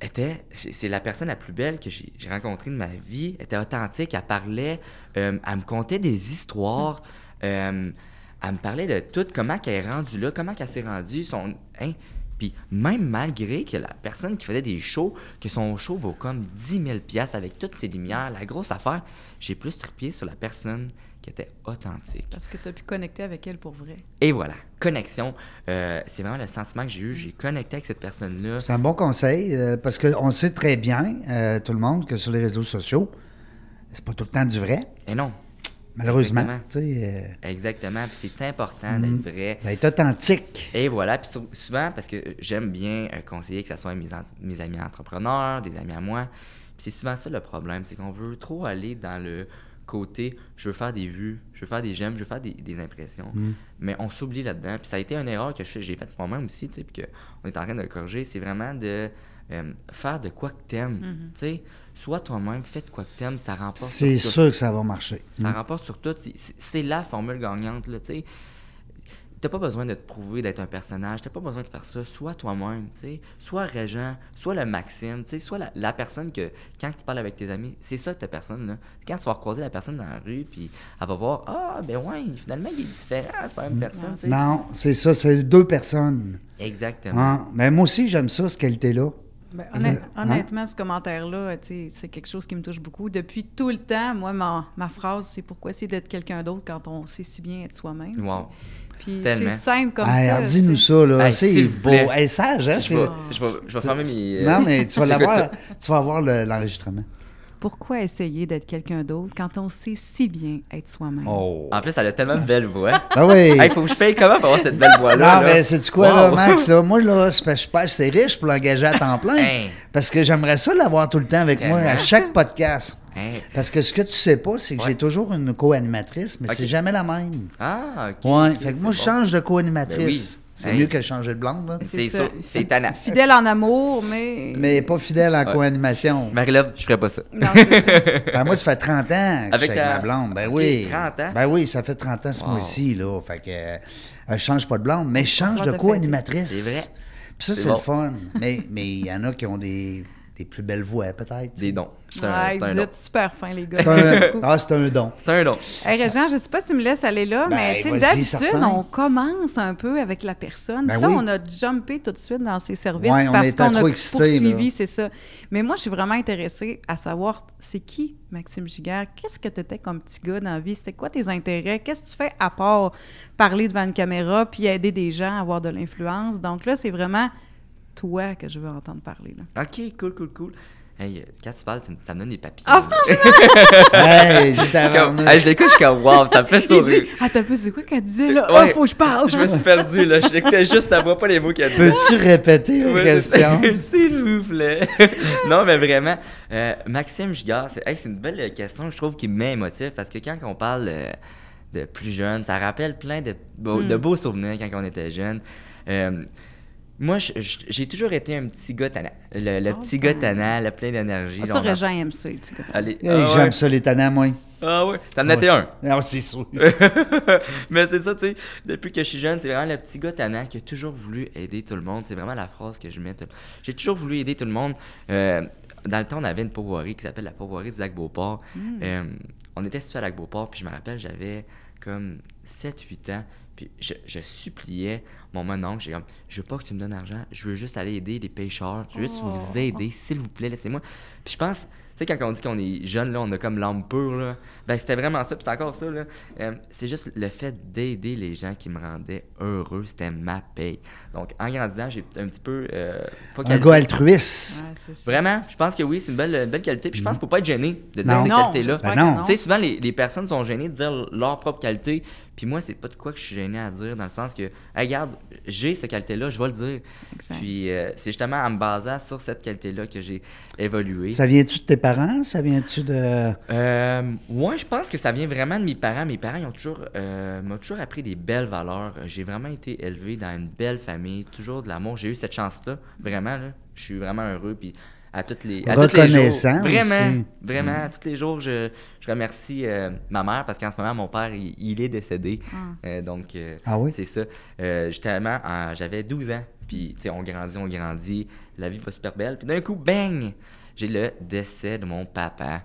Speaker 3: était, c'est c'est la personne la plus belle que j'ai j'ai rencontrée de ma vie. Elle était authentique, elle parlait, euh, elle me contait des histoires, euh, elle me parlait de tout, comment qu'elle est rendue là, comment qu'elle s'est rendue, son... hein. Puis même malgré que la personne qui faisait des shows, que son show vaut comme 10 000 piastres avec toutes ses lumières, la grosse affaire, j'ai plus trippé sur la personne qui était authentique.
Speaker 2: Parce que tu as pu connecter avec elle pour vrai.
Speaker 3: Et voilà, connexion. Euh, c'est vraiment le sentiment que j'ai eu. J'ai connecté avec cette personne-là.
Speaker 1: C'est un bon conseil euh, parce qu'on sait très bien, euh, tout le monde, que sur les réseaux sociaux, c'est pas tout le temps du vrai,
Speaker 3: Et non,
Speaker 1: malheureusement.
Speaker 3: Exactement.
Speaker 1: Tu sais,
Speaker 3: Exactement, puis c'est important d'être vrai.
Speaker 1: euh, d'être authentique.
Speaker 3: Et voilà, puis sou- souvent, parce que euh, j'aime bien euh, conseiller que ce soit à mes, en- mes amis entrepreneurs, des amis à moi, puis c'est souvent ça le problème, c'est qu'on veut trop aller dans le côté je veux faire des vues, je veux faire des j'aime, je veux faire des, des impressions. Mais on s'oublie là-dedans, puis ça a été une erreur que je fais- j'ai faite moi-même aussi, tu sais, puis qu'on est en train de corriger, c'est vraiment de euh, faire de quoi que t'aimes, tu sais. Sois toi-même, fais de quoi que t'aimes, ça remporte
Speaker 1: C'est
Speaker 3: sur tout.
Speaker 1: sûr que ça va marcher.
Speaker 3: Ça remporte sur tout. C'est- C'est c'est la formule gagnante, là, tu sais. T'as pas besoin de te prouver d'être un personnage, t'as pas besoin de faire ça. Sois toi-même, tu sais. Sois Régent, soit le Maxime, tu sais. Soit la, la personne que, quand tu parles avec tes amis, c'est ça ta personne, là. Quand tu vas croiser la personne dans la rue, puis elle va voir, ah, ben ouais, finalement, il est différent, c'est pas la même personne, tu sais.
Speaker 1: Mm. Non, c'est ça, c'est deux personnes.
Speaker 3: Exactement.
Speaker 1: Hein? Mais moi aussi, j'aime ça, cette qualité-là.
Speaker 2: Ben, honnêt-
Speaker 1: Hein?
Speaker 2: Honnêtement, ce commentaire-là, tu sais, c'est quelque chose qui me touche beaucoup. Depuis tout le temps, moi, ma, ma phrase, c'est pourquoi essayer d'être quelqu'un d'autre quand on sait si bien être soi-même. tu sais.
Speaker 3: Wow.
Speaker 2: Puis
Speaker 3: Tellement.
Speaker 2: c'est simple comme
Speaker 1: Hey,
Speaker 2: ça.
Speaker 1: alors, dis-nous
Speaker 2: tu sais.
Speaker 1: ça, là.
Speaker 3: Hey,
Speaker 1: c'est
Speaker 3: Ben, s'il vous
Speaker 1: beau.
Speaker 3: plaît.
Speaker 1: Hey, sage, hein?
Speaker 3: Je
Speaker 1: c'est-
Speaker 3: vais, je vais, je vais fermer mes.
Speaker 1: Non, mais tu vas
Speaker 3: J'écoute
Speaker 1: l'avoir,
Speaker 3: euh, ça.
Speaker 1: tu vas avoir le- l'enregistrement.
Speaker 2: Pourquoi essayer d'être quelqu'un d'autre quand on sait si bien être soi-même?
Speaker 1: Oh.
Speaker 3: En plus, elle a tellement de belle voix.
Speaker 1: Ben oui.
Speaker 3: hey, faut que je paye comment pour avoir cette belle voix-là?
Speaker 1: Non,
Speaker 3: là?
Speaker 1: mais Ah, ben, c'est-tu quoi, là,
Speaker 3: Wow.
Speaker 1: Max? là? Moi, là, c'est parce que je pense que c'est riche pour l'engager à temps plein.
Speaker 3: Hey.
Speaker 1: Parce que j'aimerais ça l'avoir tout le temps avec moi à
Speaker 3: Tellement.
Speaker 1: chaque podcast.
Speaker 3: Hey.
Speaker 1: Parce que ce que tu sais pas, c'est que
Speaker 3: Ouais.
Speaker 1: j'ai toujours une co-animatrice, mais c'est
Speaker 3: Ok.
Speaker 1: jamais la même.
Speaker 3: Ah, ok.
Speaker 1: Ouais,
Speaker 3: ok,
Speaker 1: fait que
Speaker 3: c'est
Speaker 1: moi, je
Speaker 3: bon.
Speaker 1: change de co-animatrice.
Speaker 3: Ben oui.
Speaker 1: C'est
Speaker 3: Hey.
Speaker 1: mieux que de changer de blonde, là.
Speaker 3: C'est
Speaker 2: ça.
Speaker 3: sûr, c'est tannant.
Speaker 2: Fidèle en amour, mais...
Speaker 1: Mais pas fidèle en co-animation.
Speaker 3: Marie-Lève, je ferais pas ça.
Speaker 2: Non, c'est ça.
Speaker 1: Ben, moi, ça fait 30 ans que je suis
Speaker 3: Avec
Speaker 1: avec
Speaker 3: ta-
Speaker 1: ma blonde. Ben
Speaker 3: Ok,
Speaker 1: oui.
Speaker 3: 30 ans?
Speaker 1: Ben oui, ça fait 30 ans ce
Speaker 3: Wow.
Speaker 1: mois-ci, là. Fait que euh, je change pas de blonde, mais je change
Speaker 2: Pas
Speaker 1: de
Speaker 2: de
Speaker 1: co-animatrice.
Speaker 3: fête. C'est vrai.
Speaker 1: Puis ça,
Speaker 3: C'est
Speaker 1: c'est
Speaker 3: bon.
Speaker 1: le fun. Mais mais il y en a qui ont des, des plus belles voix, peut-être.
Speaker 3: Des dons. C'est un,
Speaker 2: Ouais,
Speaker 3: c'est un
Speaker 2: vous
Speaker 3: don.
Speaker 2: êtes super fins, les gars.
Speaker 1: C'est
Speaker 2: Merci
Speaker 1: un,
Speaker 2: beaucoup.
Speaker 1: ah, c'est un don.
Speaker 3: C'est un don.
Speaker 2: Hey, Régent, je sais pas si tu me laisses aller là,
Speaker 1: Ben,
Speaker 2: mais tu sais,
Speaker 1: vas-y,
Speaker 2: d'habitude,
Speaker 1: certain.
Speaker 2: on commence un peu avec la personne.
Speaker 1: Ben
Speaker 2: Puis là,
Speaker 1: oui.
Speaker 2: on a jumpé tout de suite dans ses services
Speaker 1: Ouais, on
Speaker 2: parce
Speaker 1: était
Speaker 2: qu'on a
Speaker 1: trop excités,
Speaker 2: poursuivi,
Speaker 1: là.
Speaker 2: c'est ça. Mais moi, je suis vraiment intéressée à savoir, c'est qui Maxime Giguère? Qu'est-ce que tu étais comme petit gars dans la vie? C'était quoi tes intérêts? Qu'est-ce que tu fais à part parler devant une caméra puis aider des gens à avoir de l'influence? Donc là, c'est vraiment toi que je veux entendre parler. Là.
Speaker 3: Ok, cool, cool, cool. Hey, euh, quand tu parles, ça me, ça me donne des papillons.
Speaker 2: Ah, franchement!
Speaker 1: hey, j'ai
Speaker 3: Je suis comme-
Speaker 1: tabarnouche.
Speaker 3: hey, je l'écoute, je suis comme, wow, ça me fait
Speaker 2: Il dit,
Speaker 3: sourire.
Speaker 2: ah, t'as plus de quoi qu'elle disait là?
Speaker 3: Ouais.
Speaker 2: Oh, faut que je parle!
Speaker 3: Je me suis perdu, là. Je l'écoutais juste, ça voit pas les mots qu'elle dit.
Speaker 1: Peux-tu répéter les
Speaker 3: Ouais,
Speaker 1: questions?
Speaker 3: c'est- S'il vous plaît. non, mais vraiment, euh, Maxime Gigard, c'est hey, c'est une belle euh, question, je trouve, qui me met émotif parce que quand on parle euh, de plus jeune, ça rappelle plein de, beaux- de beaux souvenirs quand on était jeune. Euh, moi, je- je- j'ai toujours été un petit gars tannant. Le, le
Speaker 2: Oh,
Speaker 3: petit
Speaker 2: ben.
Speaker 3: gars tannant, le plein d'énergie.
Speaker 2: Ah,
Speaker 3: là,
Speaker 2: Ça,
Speaker 3: on en-
Speaker 2: Régent aime ça, les petits gars.
Speaker 3: Allez,
Speaker 1: Hey,
Speaker 3: ah ouais,
Speaker 1: J'aime ça, les tannins, moi.
Speaker 3: ah ouais. T'en étais un.
Speaker 1: Ah, c'est sûr.
Speaker 3: Mais c'est ça, tu sais, depuis que je suis jeune, c'est vraiment le petit gars tannant qui a toujours voulu aider tout le monde. C'est vraiment la phrase que je mets. tout- J'ai toujours voulu aider tout le monde. Euh, dans le temps, on avait une pourvoirie qui s'appelle la pourvoirie du lac Beauport. Euh, on était sur le lac Beauport, puis je me rappelle, j'avais comme 7-8 ans. Puis je, je suppliais mon mon oncle, j'ai comme, je veux pas que tu me donnes d'argent, je veux juste aller aider les pêcheurs, je veux juste vous aider, s'il vous plaît, laissez-moi. Puis je pense, tu sais, quand on dit qu'on est jeune, là, on a comme l'âme pure, là, ben c'était vraiment ça, puis c'est encore ça, là. Euh, c'est juste le fait d'aider les gens qui me rendait heureux, c'était ma paye. Donc, en grandissant, j'ai un petit peu... euh,
Speaker 1: Un
Speaker 3: focalisé-
Speaker 1: gars altruiste.
Speaker 2: Ouais, c'est ça.
Speaker 3: Vraiment, je pense que oui, c'est une belle, une belle qualité, puis je pense qu'il faut pas être gêné de dire
Speaker 1: Mhm. Non.
Speaker 3: ces
Speaker 2: Non,
Speaker 3: qualités-là.
Speaker 2: j'espère
Speaker 1: Ben non.
Speaker 2: que non.
Speaker 3: Tu sais, souvent, les, les personnes sont gênées de dire leur propre qualité. Puis moi, c'est pas de quoi que je suis gêné à dire, dans le sens que, Hey, regarde, j'ai cette qualité-là, je vais le dire.
Speaker 2: Exact.
Speaker 3: Puis euh, c'est justement en me basant sur cette qualité-là que j'ai évolué.
Speaker 1: Ça vient-tu de tes parents? Ça vient-tu de.
Speaker 3: Euh, ouais, je pense que ça vient vraiment de mes parents. Mes parents ils ont toujours, euh, m'ont toujours appris des belles valeurs. J'ai vraiment été élevé dans une belle famille, toujours de l'amour. J'ai eu cette chance-là, vraiment. Là, je suis vraiment heureux. Puis à toutes les, à tous les jours,
Speaker 1: Reconnaissant
Speaker 3: vraiment,
Speaker 1: aussi. Mm.
Speaker 3: vraiment, à tous les jours, je, je remercie euh, ma mère parce qu'en ce moment, mon père, il, il est décédé. Euh, donc, euh,
Speaker 1: Ah oui?
Speaker 3: c'est ça. Euh, justement, en- j'avais 12 ans. Puis, tu sais, on grandit, on grandit. La vie va super belle. Puis d'un coup, bang! J'ai le décès de mon papa.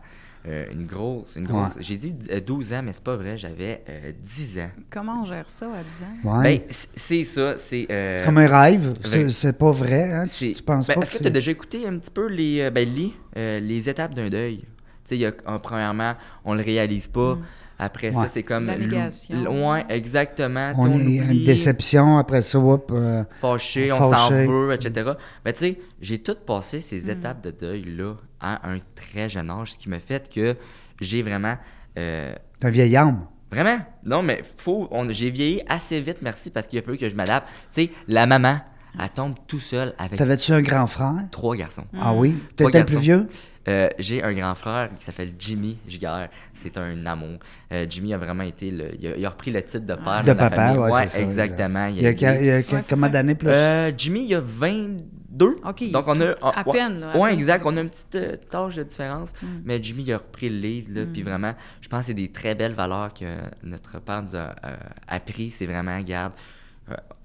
Speaker 3: Euh, une grosse, une grosse.
Speaker 1: Ouais.
Speaker 3: J'ai dit euh, 12 ans, mais c'est pas vrai. J'avais euh, 10 ans.
Speaker 2: Comment on gère ça à 10 ans?
Speaker 1: Ouais.
Speaker 3: Ben, c- c'est ça. C'est. euh,
Speaker 1: c'est comme un rêve. C'est,
Speaker 3: vrai.
Speaker 1: c'est pas vrai. Hein?
Speaker 3: c'est-
Speaker 1: Tu, tu penses
Speaker 3: ben,
Speaker 1: pas
Speaker 3: Est-ce que
Speaker 1: que
Speaker 3: tu as
Speaker 1: c'est-
Speaker 3: déjà écouté un petit peu les, euh, ben, les, euh, les étapes d'un deuil? Tu sais, il y a, euh, premièrement, on le réalise pas. Après ça,
Speaker 1: Ouais.
Speaker 3: c'est comme.
Speaker 2: Mm. La
Speaker 3: l'ou-
Speaker 2: négation.
Speaker 3: l- Ouais, exactement. Tu sais,
Speaker 1: On est
Speaker 3: oublie.
Speaker 1: une déception après ça. Whoop, euh,
Speaker 3: fâché, on s'en
Speaker 1: Fâché.
Speaker 3: veut, etc. Mais tu sais, j'ai tout passé ces étapes de deuil-là à un très jeune âge, ce qui me fait que j'ai vraiment. euh,
Speaker 1: t'es un vieil homme.
Speaker 3: vraiment? Non, mais faut. on- J'ai vieilli assez vite, merci, parce qu'il a fallu que je m'adapte. Tu sais, la maman, elle tombe tout seule avec
Speaker 1: T'avais-tu un grand frère?
Speaker 3: trois garçons.
Speaker 1: Ah oui?
Speaker 3: Trois
Speaker 1: T'étais le plus
Speaker 3: garçons.
Speaker 1: vieux?
Speaker 3: Euh, j'ai un grand frère qui s'appelle Jimmy Giguère. C'est un amour. Euh, Jimmy a vraiment été le. Il a, il a repris le titre de père.
Speaker 1: De
Speaker 3: Ah, la
Speaker 1: papa,
Speaker 3: famille.
Speaker 1: ouais,
Speaker 3: ouais,
Speaker 1: c'est ça,
Speaker 3: exactement.
Speaker 1: Il y a,
Speaker 3: il a-
Speaker 1: quel- il y a quel-
Speaker 2: Ouais, c'est
Speaker 1: comment
Speaker 2: ça.
Speaker 1: d'années plus?
Speaker 3: Euh, Jimmy, il a 22.
Speaker 2: Ok, il
Speaker 3: Donc,
Speaker 2: est
Speaker 3: on a.
Speaker 2: tout- à
Speaker 3: ouais,
Speaker 2: peine, là, à
Speaker 3: ouais,
Speaker 2: peine. Mm.
Speaker 3: exact. On a une petite euh, tâche de différence. Mais Jimmy, il a repris le lead. Là, Puis vraiment, je pense que c'est des très belles valeurs que notre père nous a euh, appris. C'est vraiment, garde.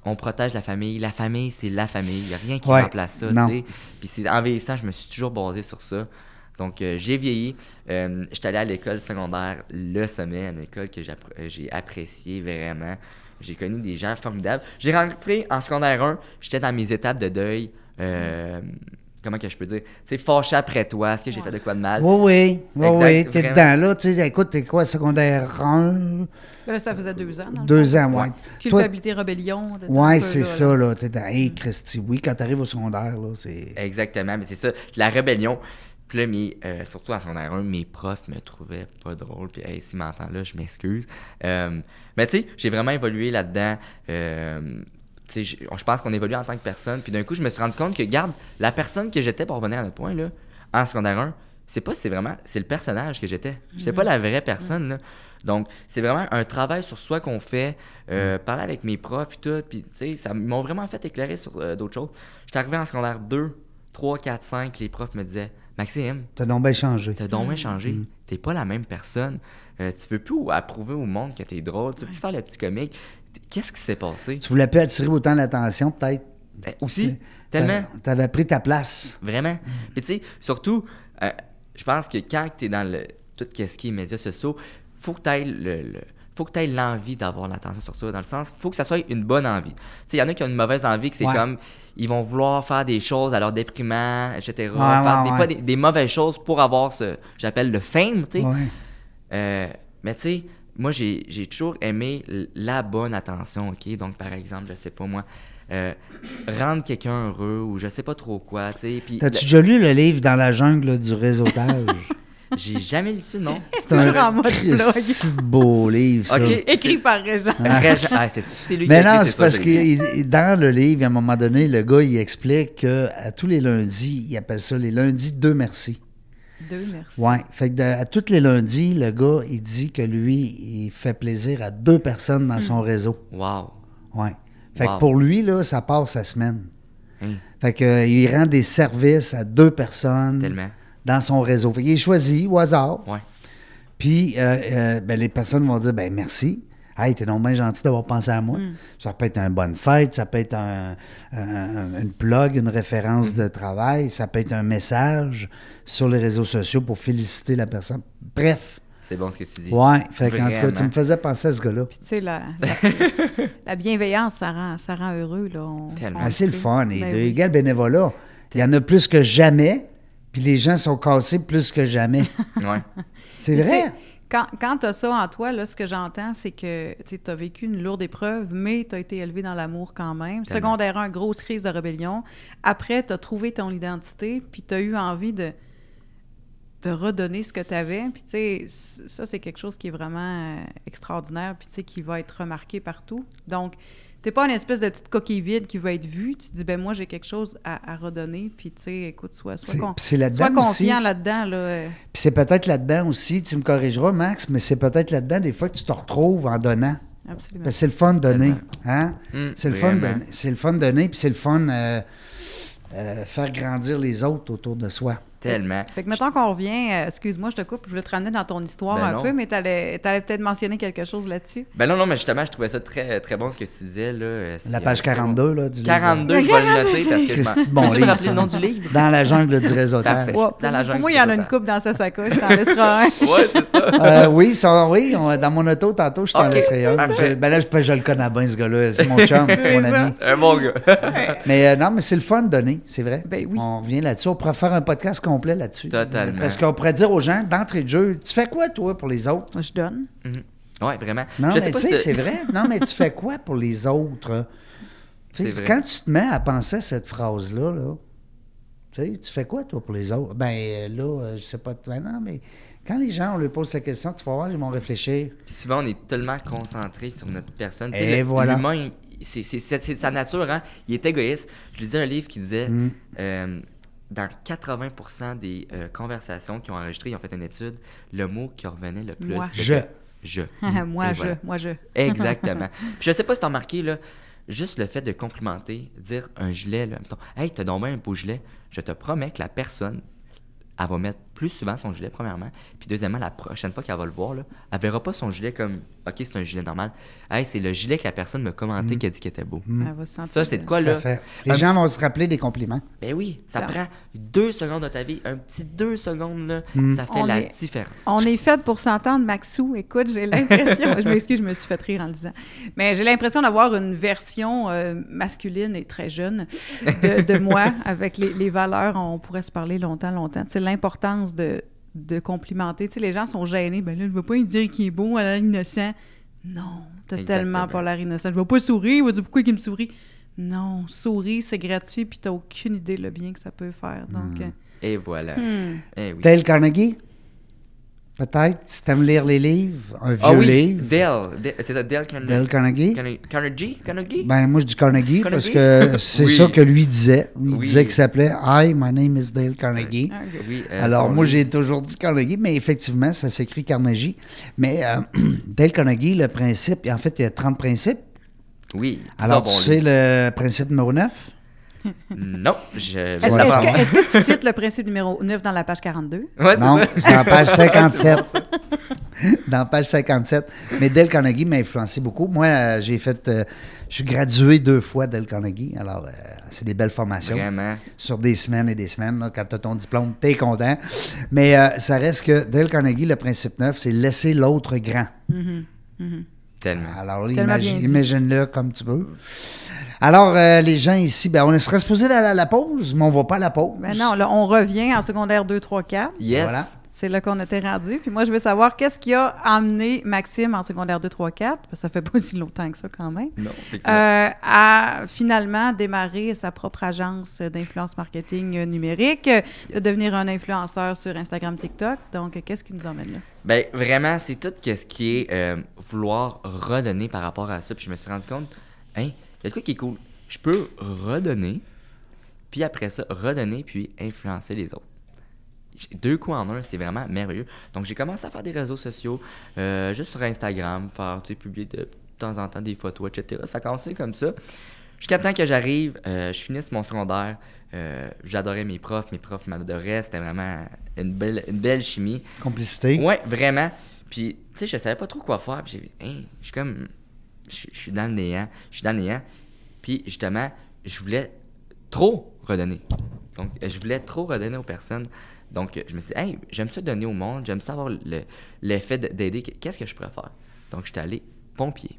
Speaker 3: on protège la famille. La famille, c'est la famille. Il n'y a rien qui
Speaker 1: Ouais,
Speaker 3: remplace ça.
Speaker 1: non.
Speaker 3: tu sais. Puis c'est- en vieillissant, je me suis toujours basé sur ça. Donc, euh, j'ai vieilli. Euh, J'étais allé à l'école secondaire le sommet, une école que j'appr- euh, j'ai appréciée vraiment. J'ai connu des gens formidables. J'ai rentré en secondaire 1, j'étais dans mes étapes de deuil. Euh, comment que je peux dire, tu sais, fâché après toi, est-ce que j'ai fait de quoi de mal?
Speaker 1: Oui, oui, oui,
Speaker 3: Exact,
Speaker 1: oui, t'es
Speaker 3: vraiment.
Speaker 1: dedans là, tu sais, écoute, t'es quoi, secondaire 1,
Speaker 2: Ben là, ça faisait deux ans. dans le
Speaker 1: deux
Speaker 2: fond.
Speaker 1: ans, ouais. Toi-
Speaker 2: Culpabilité, rébellion. de-
Speaker 1: Ouais,
Speaker 2: tout
Speaker 1: c'est
Speaker 2: là,
Speaker 1: ça,
Speaker 2: là.
Speaker 1: là. T'es dans. Hey, Christy, oui, quand t'arrives au secondaire, là, c'est.
Speaker 3: Exactement, mais c'est ça, la rébellion. Puis là, mes, euh, surtout à secondaire 1, mes profs me trouvaient pas drôle. Puis, hey, s'ils m'entendent là, je m'excuse. Euh, mais tu sais, j'ai vraiment évolué là-dedans. Euh, tu sais, j'ai- je pense qu'on évolue en tant que personne. Puis d'un coup, je me suis rendu compte que, garde, la personne que j'étais, pour revenir à notre point, là, en secondaire 1, c'est pas c'est vraiment c'est le personnage que j'étais j'étais pas la vraie personne là. donc c'est vraiment un travail sur soi qu'on fait euh, parler avec mes profs et tout puis tu sais ça ils m'ont vraiment fait éclairer sur euh, d'autres choses j'étais arrivé en secondaire 2 3 4 5 les profs me disaient Maxime
Speaker 1: T'as donc bien changé.
Speaker 3: t'as donc bien changé t'es pas la même personne Euh, tu veux plus approuver au monde que t'es drôle tu veux plus faire le petit comique qu'est-ce qui s'est passé
Speaker 1: Tu voulais plus attirer autant l'attention, peut-être.
Speaker 3: Ben, aussi tellement
Speaker 1: T'avais- T'avais pris ta place.
Speaker 3: Vraiment. Puis tu sais, surtout, euh, je pense que quand tu es dans le, tout ce qui est médias sociaux, faut que tu ailles le, le- faut que t'aies l'envie d'avoir l'attention sur toi, dans le sens, faut que ça soit une bonne envie. Tu sais, il y en a qui ont une mauvaise envie, que c'est
Speaker 1: Ouais.
Speaker 3: comme, ils vont vouloir faire des choses à leur déprimant, etc.
Speaker 1: ouais,
Speaker 3: faire des,
Speaker 1: ouais.
Speaker 3: pas des, des mauvaises choses pour avoir ce, j'appelle le fame, tu sais.
Speaker 1: Ouais.
Speaker 3: Euh, mais tu sais, moi, j'ai j'ai toujours aimé l- la bonne attention, OK? Donc, par exemple, je sais pas, moi, euh, rendre quelqu'un heureux ou je sais pas trop quoi, tu sais. puis-
Speaker 1: T'as-tu déjà lu le livre Dans la jungle là, du réseautage?
Speaker 3: J'ai jamais lu ça, non.
Speaker 1: c'est
Speaker 2: Toujours en mode blog.
Speaker 1: Christy de beau livre, ça.
Speaker 3: Ok.
Speaker 2: Écrit par Réjean.
Speaker 3: Régent- ah, c'est c'est lui qui a
Speaker 1: Mais
Speaker 3: écrit,
Speaker 1: non,
Speaker 3: ça,
Speaker 1: c'est parce
Speaker 3: je
Speaker 1: que
Speaker 3: l'ai lu.
Speaker 1: il- il- dans le livre, à un moment donné, le gars, il explique que à tous les lundis, il appelle ça les lundis deux merci.
Speaker 2: Deux, merci.
Speaker 1: Ouais. Fait que de- à tous les lundis, le gars, il dit que lui, il fait plaisir à deux personnes dans
Speaker 2: Hmm.
Speaker 1: son réseau.
Speaker 3: Wow.
Speaker 1: Ouais. Fait
Speaker 3: Wow.
Speaker 1: que pour lui, là, ça part sa semaine.
Speaker 3: Hein,
Speaker 1: Fait que, euh, il rend des services à deux personnes
Speaker 3: Tellement.
Speaker 1: dans son réseau. Fait qu'il est choisi au hasard.
Speaker 3: Ouais.
Speaker 1: Puis euh, euh, ben, les personnes vont dire ben merci. Hey, t'es donc bien gentil d'avoir pensé à moi.
Speaker 2: Mm.
Speaker 1: Ça peut être une bonne fête, ça peut être un- un- une plug, une référence
Speaker 2: Mm-hmm.
Speaker 1: de travail, ça peut être un message sur les réseaux sociaux pour féliciter la personne. Bref.
Speaker 3: C'est bon ce que tu dis.
Speaker 1: Ouais, fait qu'en tout cas,
Speaker 3: Vraiment.
Speaker 1: tu me faisais penser à ce gars-là.
Speaker 2: Puis tu sais, la, la, la bienveillance, ça rend, ça rend heureux. Là. On,
Speaker 3: Tellement.
Speaker 2: on
Speaker 1: Ah, c'est le
Speaker 2: sait.
Speaker 1: fun,
Speaker 2: Ben
Speaker 1: les deux.
Speaker 2: oui.
Speaker 1: Égal bénévolat. Il y en a plus que jamais, puis les gens sont cassés plus que jamais.
Speaker 3: Ouais.
Speaker 1: C'est
Speaker 2: Puis, tu
Speaker 1: vrai?
Speaker 2: sais, Quand, quand tu as ça en toi, là, ce que j'entends, c'est que tu as vécu une lourde épreuve, mais tu as été élevé dans l'amour quand même.
Speaker 3: Tellement.
Speaker 2: Secondaire 1, grosse crise de rébellion. Après, tu as trouvé ton identité, puis tu as eu envie de, de redonner ce que tu avais. Puis, tu sais, c- ça, c'est quelque chose qui est vraiment euh, extraordinaire, puis, tu sais, qui va être remarqué partout. Donc, t'es pas une espèce de petite coquille vide qui va être vue. Tu te dis, ben moi, j'ai quelque chose à, à redonner, puis, tu sais, écoute, sois, sois,
Speaker 1: C'est-
Speaker 2: con-
Speaker 1: puis c'est là-dedans
Speaker 2: sois confiant
Speaker 1: aussi.
Speaker 2: là-dedans, là. euh.
Speaker 1: Puis c'est peut-être là-dedans aussi, tu me corrigeras, Max, mais c'est peut-être là-dedans des fois que tu te retrouves en donnant.
Speaker 2: Absolument.
Speaker 1: Ben, c'est le fun de donner. Hein?
Speaker 3: Mm,
Speaker 1: c'est le fun de
Speaker 3: vraiment.
Speaker 1: donner. C'est le fun de donner, puis c'est le fun euh, euh, faire grandir les autres autour de soi.
Speaker 3: Tellement.
Speaker 2: Fait que maintenant qu'on revient, euh, excuse-moi, je te coupe, je voulais te ramener dans ton histoire
Speaker 3: Ben
Speaker 2: un
Speaker 3: non.
Speaker 2: peu, mais t'allais, t'allais peut-être mentionner quelque chose là-dessus.
Speaker 3: Ben non, non, mais justement, je trouvais ça très, très bon ce que tu disais. Là. Euh, c'est,
Speaker 1: La
Speaker 3: euh,
Speaker 1: page
Speaker 3: très
Speaker 1: 42 là, du livre.
Speaker 3: 42, je vais le noter parce que je
Speaker 1: Christy, bon
Speaker 3: m'en- Peux-tu me
Speaker 1: livre.
Speaker 3: rappeler
Speaker 1: ça.
Speaker 3: le nom du livre.
Speaker 1: euh, Dans la jungle du réseautage.
Speaker 3: Parfait.
Speaker 2: Ouais,
Speaker 3: Euh, Dans
Speaker 2: pour,
Speaker 3: la
Speaker 2: pour
Speaker 3: jungle,
Speaker 2: moi, il y
Speaker 3: c'est
Speaker 2: en a
Speaker 3: autant.
Speaker 2: une coupe dans sa sacoche, je t'en laisseras un.
Speaker 3: Ouais, c'est ça.
Speaker 1: Euh, oui, ça, oui on- dans mon auto, tantôt, je t'en
Speaker 3: Ok,
Speaker 1: laisserai un.
Speaker 3: parfait.
Speaker 1: Je- ben là, je, parce que je le connais bien, ce gars-là. C'est mon chum, c'est mon
Speaker 2: C'est ça.
Speaker 1: ami.
Speaker 3: Un bon gars.
Speaker 1: Mais euh, non, mais c'est le fun de donner, c'est vrai.
Speaker 2: Ben oui.
Speaker 1: On revient là-dessus. On pourrait faire un podcast complet là-dessus.
Speaker 3: Totalement.
Speaker 1: Parce qu'on pourrait dire aux gens, d'entrée de jeu, tu fais quoi, toi, pour les autres?
Speaker 2: Moi, Je donne.
Speaker 3: Mhm. ouais, vraiment.
Speaker 1: Non,
Speaker 3: je sais
Speaker 1: mais
Speaker 3: pas
Speaker 1: tu sais,
Speaker 3: si
Speaker 1: c'est vrai. Non, mais tu fais quoi pour les autres? Tu sais,
Speaker 3: C'est vrai.
Speaker 1: quand tu te mets à penser à cette phrase-là, là, tu sais, tu fais quoi, toi, pour les autres? Ben euh, là, euh, je sais pas. Ben non, mais quand les gens, on leur pose la question, tu vas voir, ils vont réfléchir.
Speaker 3: Puis souvent, on est tellement concentré sur notre personne. Tu
Speaker 1: Et
Speaker 3: sais, le-
Speaker 1: voilà.
Speaker 3: L'humain, il- c'est c'est- c'est- c'est sa nature, hein? Il est égoïste. Je lisais un livre qui disait
Speaker 1: Mm.
Speaker 3: euh, dans 80% des euh, conversations qu'ils ont enregistrées, ils ont fait une étude, le mot qui revenait le plus.
Speaker 2: Moi.
Speaker 3: c'était Je.
Speaker 2: moi,
Speaker 3: Mm. Et
Speaker 2: je,
Speaker 3: voilà. Mm.
Speaker 2: moi, je.
Speaker 3: Exactement. Puis je sais pas si t'as remarqué, là, juste le fait de complimenter, dire un gilet, là, mettons, hey, t'as donc bien un beau gilet, je te promets que la personne, elle va mettre plus souvent son gilet, premièrement. Puis deuxièmement, la prochaine fois qu'elle va le voir, là, elle verra pas son gilet comme OK, c'est un gilet normal. Hey, c'est le gilet que la personne m'a commenté qui a dit qu'il était beau.
Speaker 2: Elle va se sentir
Speaker 3: Ça, c'est de
Speaker 2: belle.
Speaker 3: quoi,
Speaker 1: Tout à
Speaker 3: là?
Speaker 1: fait. Les
Speaker 3: Un
Speaker 1: gens
Speaker 3: petit-
Speaker 1: vont se rappeler des compliments.
Speaker 3: Ben oui, ça,
Speaker 2: Ça-
Speaker 3: prend deux secondes de ta vie, un petit deux secondes, là, ça fait
Speaker 2: On
Speaker 3: la
Speaker 2: est-
Speaker 3: différence.
Speaker 2: On est fait pour s'entendre, Maxou. Écoute, j'ai l'impression. je m'excuse, je me suis fait rire en le disant. Mais j'ai l'impression d'avoir une version euh, masculine et très jeune de, de moi, avec les, les valeurs. On pourrait se parler longtemps, longtemps. C'est l'importance de, de complimenter. Tu sais, les gens sont gênés. Ben là, je ne veux pas lui dire qu'il est beau, elle a l'air innocent. Non, t'as tellement
Speaker 3: Exactement.
Speaker 2: pas l'air innocent. Je ne vais pas sourire. Il va dire pourquoi il me sourit. Non, sourire, c'est gratuit, puis t'as aucune idée le bien que ça peut faire. Donc, euh,
Speaker 3: Et voilà.
Speaker 2: Hmm.
Speaker 3: Eh oui.
Speaker 1: Dale Carnegie, peut-être, si t'aimes lire les livres, un vieux
Speaker 3: Ah oui,
Speaker 1: livre.
Speaker 3: Dale. Dale- C'est ça, Dale Carnegie.
Speaker 1: Dale Carnegie.
Speaker 3: Carne- Carnegie? Carnegie?
Speaker 1: Ben, moi, je dis Carnegie,
Speaker 3: Carnegie?
Speaker 1: parce que c'est
Speaker 3: Oui.
Speaker 1: ça que lui disait. Il
Speaker 3: Oui.
Speaker 1: disait qu'il s'appelait Hi, my name is Dale Carnegie.
Speaker 3: Oui, euh,
Speaker 1: Alors,
Speaker 3: son
Speaker 1: moi,
Speaker 3: livre.
Speaker 1: j'ai toujours dit Carnegie, mais effectivement, ça s'écrit Carnegie. Mais euh, Dale Carnegie, le principe, en fait, il y a 30 principes.
Speaker 3: Oui.
Speaker 1: Alors,
Speaker 3: Ça,
Speaker 1: tu
Speaker 3: bon,
Speaker 1: sais
Speaker 3: lui-
Speaker 1: le principe numéro 9?
Speaker 3: Non, je...
Speaker 2: Est-ce
Speaker 1: Ouais.
Speaker 2: est-ce que, est-ce que tu cites le principe numéro 9 dans la page 42?
Speaker 3: Ouais, c'est
Speaker 1: Non,
Speaker 3: ça.
Speaker 1: c'est dans page 57. dans page 57. Mais Dale Carnegie m'a influencé beaucoup. Moi, euh, j'ai fait. euh, je suis gradué deux fois Dale Carnegie. Alors, euh, c'est des belles formations.
Speaker 3: Vraiment.
Speaker 1: Sur des semaines et des semaines. là. quand tu as ton diplôme, tu es content. Mais euh, ça reste que Dale Carnegie, le principe neuf, c'est laisser l'autre grand.
Speaker 3: Tellement.
Speaker 1: Alors, là,
Speaker 2: Tellement
Speaker 1: imagine-
Speaker 2: bien dit.
Speaker 1: imagine-le comme tu veux. Alors, euh, les gens ici, ben, on serait supposé aller à la pause, mais on ne va pas à la pause.
Speaker 2: Ben non, là, on revient en secondaire 2, 3, 4.
Speaker 3: Yes.
Speaker 1: Voilà.
Speaker 2: C'est là qu'on était rendu. Puis moi, je veux savoir qu'est-ce qui a amené Maxime en secondaire 2, 3, 4, parce que ça fait pas si longtemps que ça quand même,
Speaker 3: Non, effectivement.
Speaker 2: euh, à finalement démarrer sa propre agence d'influence marketing euh, numérique, euh, de devenir un influenceur sur Instagram, TikTok. Donc, euh, qu'est-ce qui nous emmène là?
Speaker 3: Ben, vraiment, c'est tout que ce qui est euh, vouloir redonner par rapport à ça. Puis je me suis rendu compte, hein, il y a de quoi qui est cool. Je peux redonner, puis après ça, redonner, puis influencer les autres. J'ai Deux coups en un, c'est vraiment merveilleux. Donc, j'ai commencé à faire des réseaux sociaux, euh, juste sur Instagram, faire, tu sais, publier de temps en temps des photos, etc. Ça a commencé comme ça. Jusqu'à temps que j'arrive, euh, je finisse mon secondaire. euh, J'adorais mes profs, mes profs m'adoraient. C'était vraiment une belle, une belle chimie.
Speaker 1: Complicité.
Speaker 3: Ouais, vraiment. Puis, tu sais, je savais pas trop quoi faire. Puis, j'ai dit, Hein, je suis comme. Je je suis dans le néant. Je suis dans le néant. Puis, justement, je voulais trop redonner. Donc, euh, je voulais trop redonner aux personnes. Donc, euh, je me suis dit, hey, j'aime ça donner au monde. J'aime ça avoir le- l'effet de- d'aider. Qu'est-ce que je pourrais faire? Donc, j'étais allé pompier.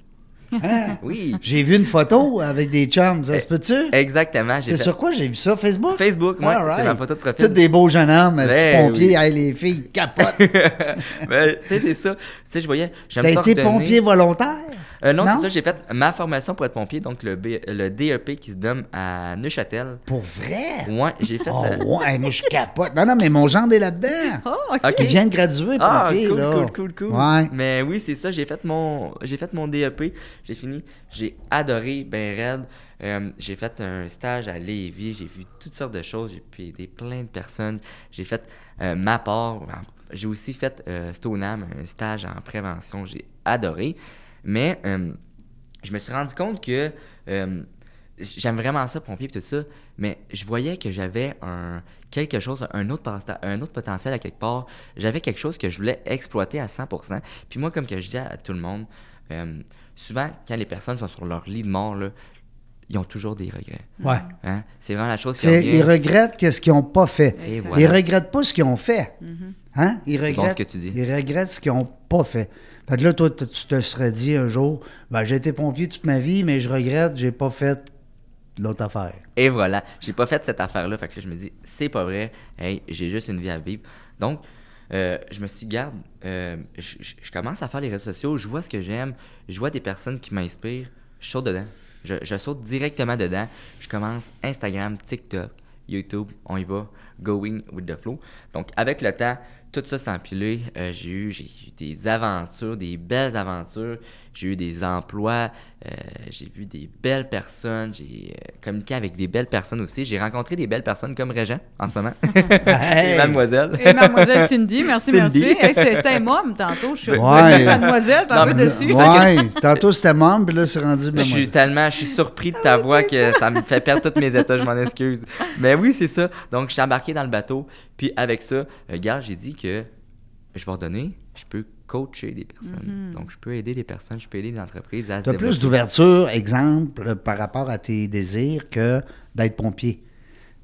Speaker 3: Oui.
Speaker 1: Hein? J'ai vu une photo avec des chums, ça se peut-tu?
Speaker 3: Exactement. Eh, j'ai
Speaker 1: C'est
Speaker 3: fait-
Speaker 1: sur quoi j'ai vu ça? Facebook?
Speaker 3: Facebook, ouais,
Speaker 1: Alright.
Speaker 3: c'est ma photo de profil.
Speaker 1: Tous des beaux jeunes hommes,
Speaker 3: Ben
Speaker 1: six pompiers,
Speaker 3: oui.
Speaker 1: hey, les filles, capotent.
Speaker 3: Ben, tu sais, c'est ça. Tu sais, je voyais. j'aime
Speaker 1: T'as
Speaker 3: ça
Speaker 1: été
Speaker 3: redonner.
Speaker 1: pompier volontaire?
Speaker 3: Euh, non,
Speaker 1: Non?
Speaker 3: c'est ça, j'ai fait ma formation pour être pompier, donc le, B- le DEP qui se donne à Neuchâtel.
Speaker 1: Pour vrai?
Speaker 3: Ouais, j'ai fait.
Speaker 1: Oh,
Speaker 3: euh,
Speaker 1: ouais, hey, moi je capote. Non, non, mais mon genre est là-dedans.
Speaker 2: Oh, OK.
Speaker 3: OK.
Speaker 1: Il vient de graduer,
Speaker 3: Ah,
Speaker 1: pompier,
Speaker 3: cool,
Speaker 1: là.
Speaker 3: cool, cool, cool.
Speaker 1: Ouais.
Speaker 3: Mais oui, c'est ça, j'ai fait mon j'ai fait mon DEP, j'ai fini, j'ai adoré ben raide. Euh, j'ai fait un stage à Lévis, j'ai vu toutes sortes de choses, j'ai pu aider plein de personnes. J'ai fait euh, ma part, j'ai aussi fait euh, Stoneham, un stage en prévention, j'ai adoré. Mais euh, je me suis rendu compte que euh, j'aime vraiment ça, pompier et tout ça, mais je voyais que j'avais un quelque chose, un autre, pota- un autre potentiel à quelque part. J'avais quelque chose que je voulais exploiter à 100%. Puis moi, comme que je dis à tout le monde, euh, souvent, quand les personnes sont sur leur lit de mort, là, ils ont toujours des regrets.
Speaker 1: Ouais.
Speaker 3: Hein? C'est vraiment la chose qui
Speaker 1: Mm. C'est-
Speaker 3: revient.
Speaker 1: Ils regrettent qu'est-ce qu'ils n'ont pas fait.
Speaker 3: Et
Speaker 2: Exact.
Speaker 3: voilà. Mhm.
Speaker 1: Ils regrettent pas ce qu'ils ont fait. Hein? Ils
Speaker 3: bon,
Speaker 1: regrettent,
Speaker 3: ce que tu dis.
Speaker 1: Ils regrettent ce qu'ils n'ont pas fait. Fait que là, toi, t- tu te serais dit un jour, ben, j'ai été pompier toute ma vie, mais je regrette, j'ai pas fait l'autre affaire.
Speaker 3: Et voilà, j'ai pas fait cette affaire-là. Fait que là, je me dis, c'est pas vrai. Hey, j'ai juste une vie à vivre. Donc, euh, je me suis dit, garde, euh, je, je- je commence à faire les réseaux sociaux. Je vois ce que j'aime. Je vois des personnes qui m'inspirent. Je saute dedans. Je, je saute directement dedans. Je commence Instagram, TikTok, YouTube. On y va. Going with the flow. Donc, avec le temps, tout ça s'empilait. Euh, j'ai eu, j'ai eu des aventures, des belles aventures. J'ai eu des emplois. euh, j'ai vu des belles personnes. J'ai euh, communiqué avec des belles personnes aussi. J'ai rencontré des belles personnes comme Régent en ce moment.
Speaker 1: Hey!
Speaker 3: Et mademoiselle.
Speaker 2: Et mademoiselle Cindy, merci,
Speaker 3: Cindy.
Speaker 2: merci. Hey, c'est- C'était un môme tantôt. Je suis
Speaker 1: Ouais.
Speaker 2: revenue mademoiselle, t'en
Speaker 3: Non,
Speaker 2: veux
Speaker 3: mais-
Speaker 2: dessus.
Speaker 1: Ouais, tantôt c'était membre, puis là c'est rendu.
Speaker 3: Je suis tellement, je suis surpris de
Speaker 2: Ah
Speaker 3: ta voix que ça. me fait perdre toutes mes états, je m'en excuse. Mais oui, c'est ça. Donc, je suis embarqué dans le bateau. Puis avec ça, euh, regarde, j'ai dit que je vais redonner, je peux coacher des personnes.
Speaker 2: Mhm.
Speaker 3: Donc, je peux aider les personnes, je peux aider les entreprises à se
Speaker 1: Tu as plus
Speaker 3: développer.
Speaker 1: d'ouverture, exemple, par rapport à tes désirs que d'être pompier.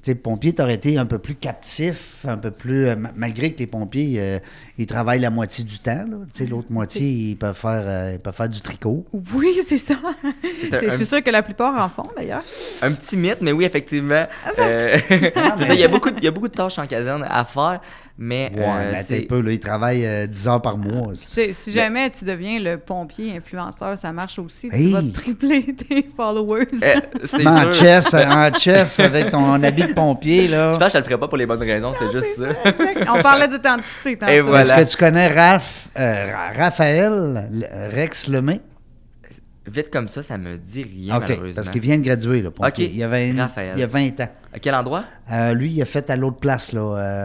Speaker 1: Tu sais, pompier, t'aurais été un peu plus captif, un peu plus. euh, ma- malgré que les pompiers, euh, ils travaillent la moitié du temps, là. Tu sais, l'autre moitié, ils peuvent, faire, euh, ils peuvent faire du tricot.
Speaker 2: Oui, c'est ça.
Speaker 3: un-
Speaker 2: C'est- Je
Speaker 3: un
Speaker 2: suis
Speaker 3: petit-
Speaker 2: sûre que la plupart en font, d'ailleurs.
Speaker 3: Un petit mythe, mais oui, effectivement.
Speaker 2: Ah,
Speaker 3: Euh, je veux dire, il, y a beaucoup de, il y a beaucoup de tâches en caserne à faire, mais
Speaker 1: Ouais,
Speaker 3: euh,
Speaker 1: mais
Speaker 3: c'est-
Speaker 1: t'es peu, là, ils travaillent euh, 10 heures par mois.
Speaker 2: Tu sais, si jamais tu deviens le pompier influenceur, ça marche aussi.
Speaker 1: Hey.
Speaker 2: Tu vas tripler tes followers.
Speaker 3: euh, c'est
Speaker 1: en
Speaker 3: sûr.
Speaker 1: chess, en chess avec ton habit de pompier, là.
Speaker 3: Je pense que je le ferai pas pour les bonnes raisons, c'est juste
Speaker 2: C'est
Speaker 3: ça.
Speaker 2: ça, exact. On parlait d'authenticité tantôt.
Speaker 3: Et voilà.
Speaker 1: Est-ce que tu connais Raph, euh, Ra- Raphaël le- euh, Rex Lemay?
Speaker 3: Vite comme ça, ça me dit rien,
Speaker 1: OK,
Speaker 3: malheureusement.
Speaker 1: parce qu'il vient de graduer, là, pompier.
Speaker 3: OK,
Speaker 1: Il, y a 20,
Speaker 3: Raphaël.
Speaker 1: il y a 20 ans.
Speaker 3: À quel endroit?
Speaker 1: Euh, lui, il a fait à l'autre place, là.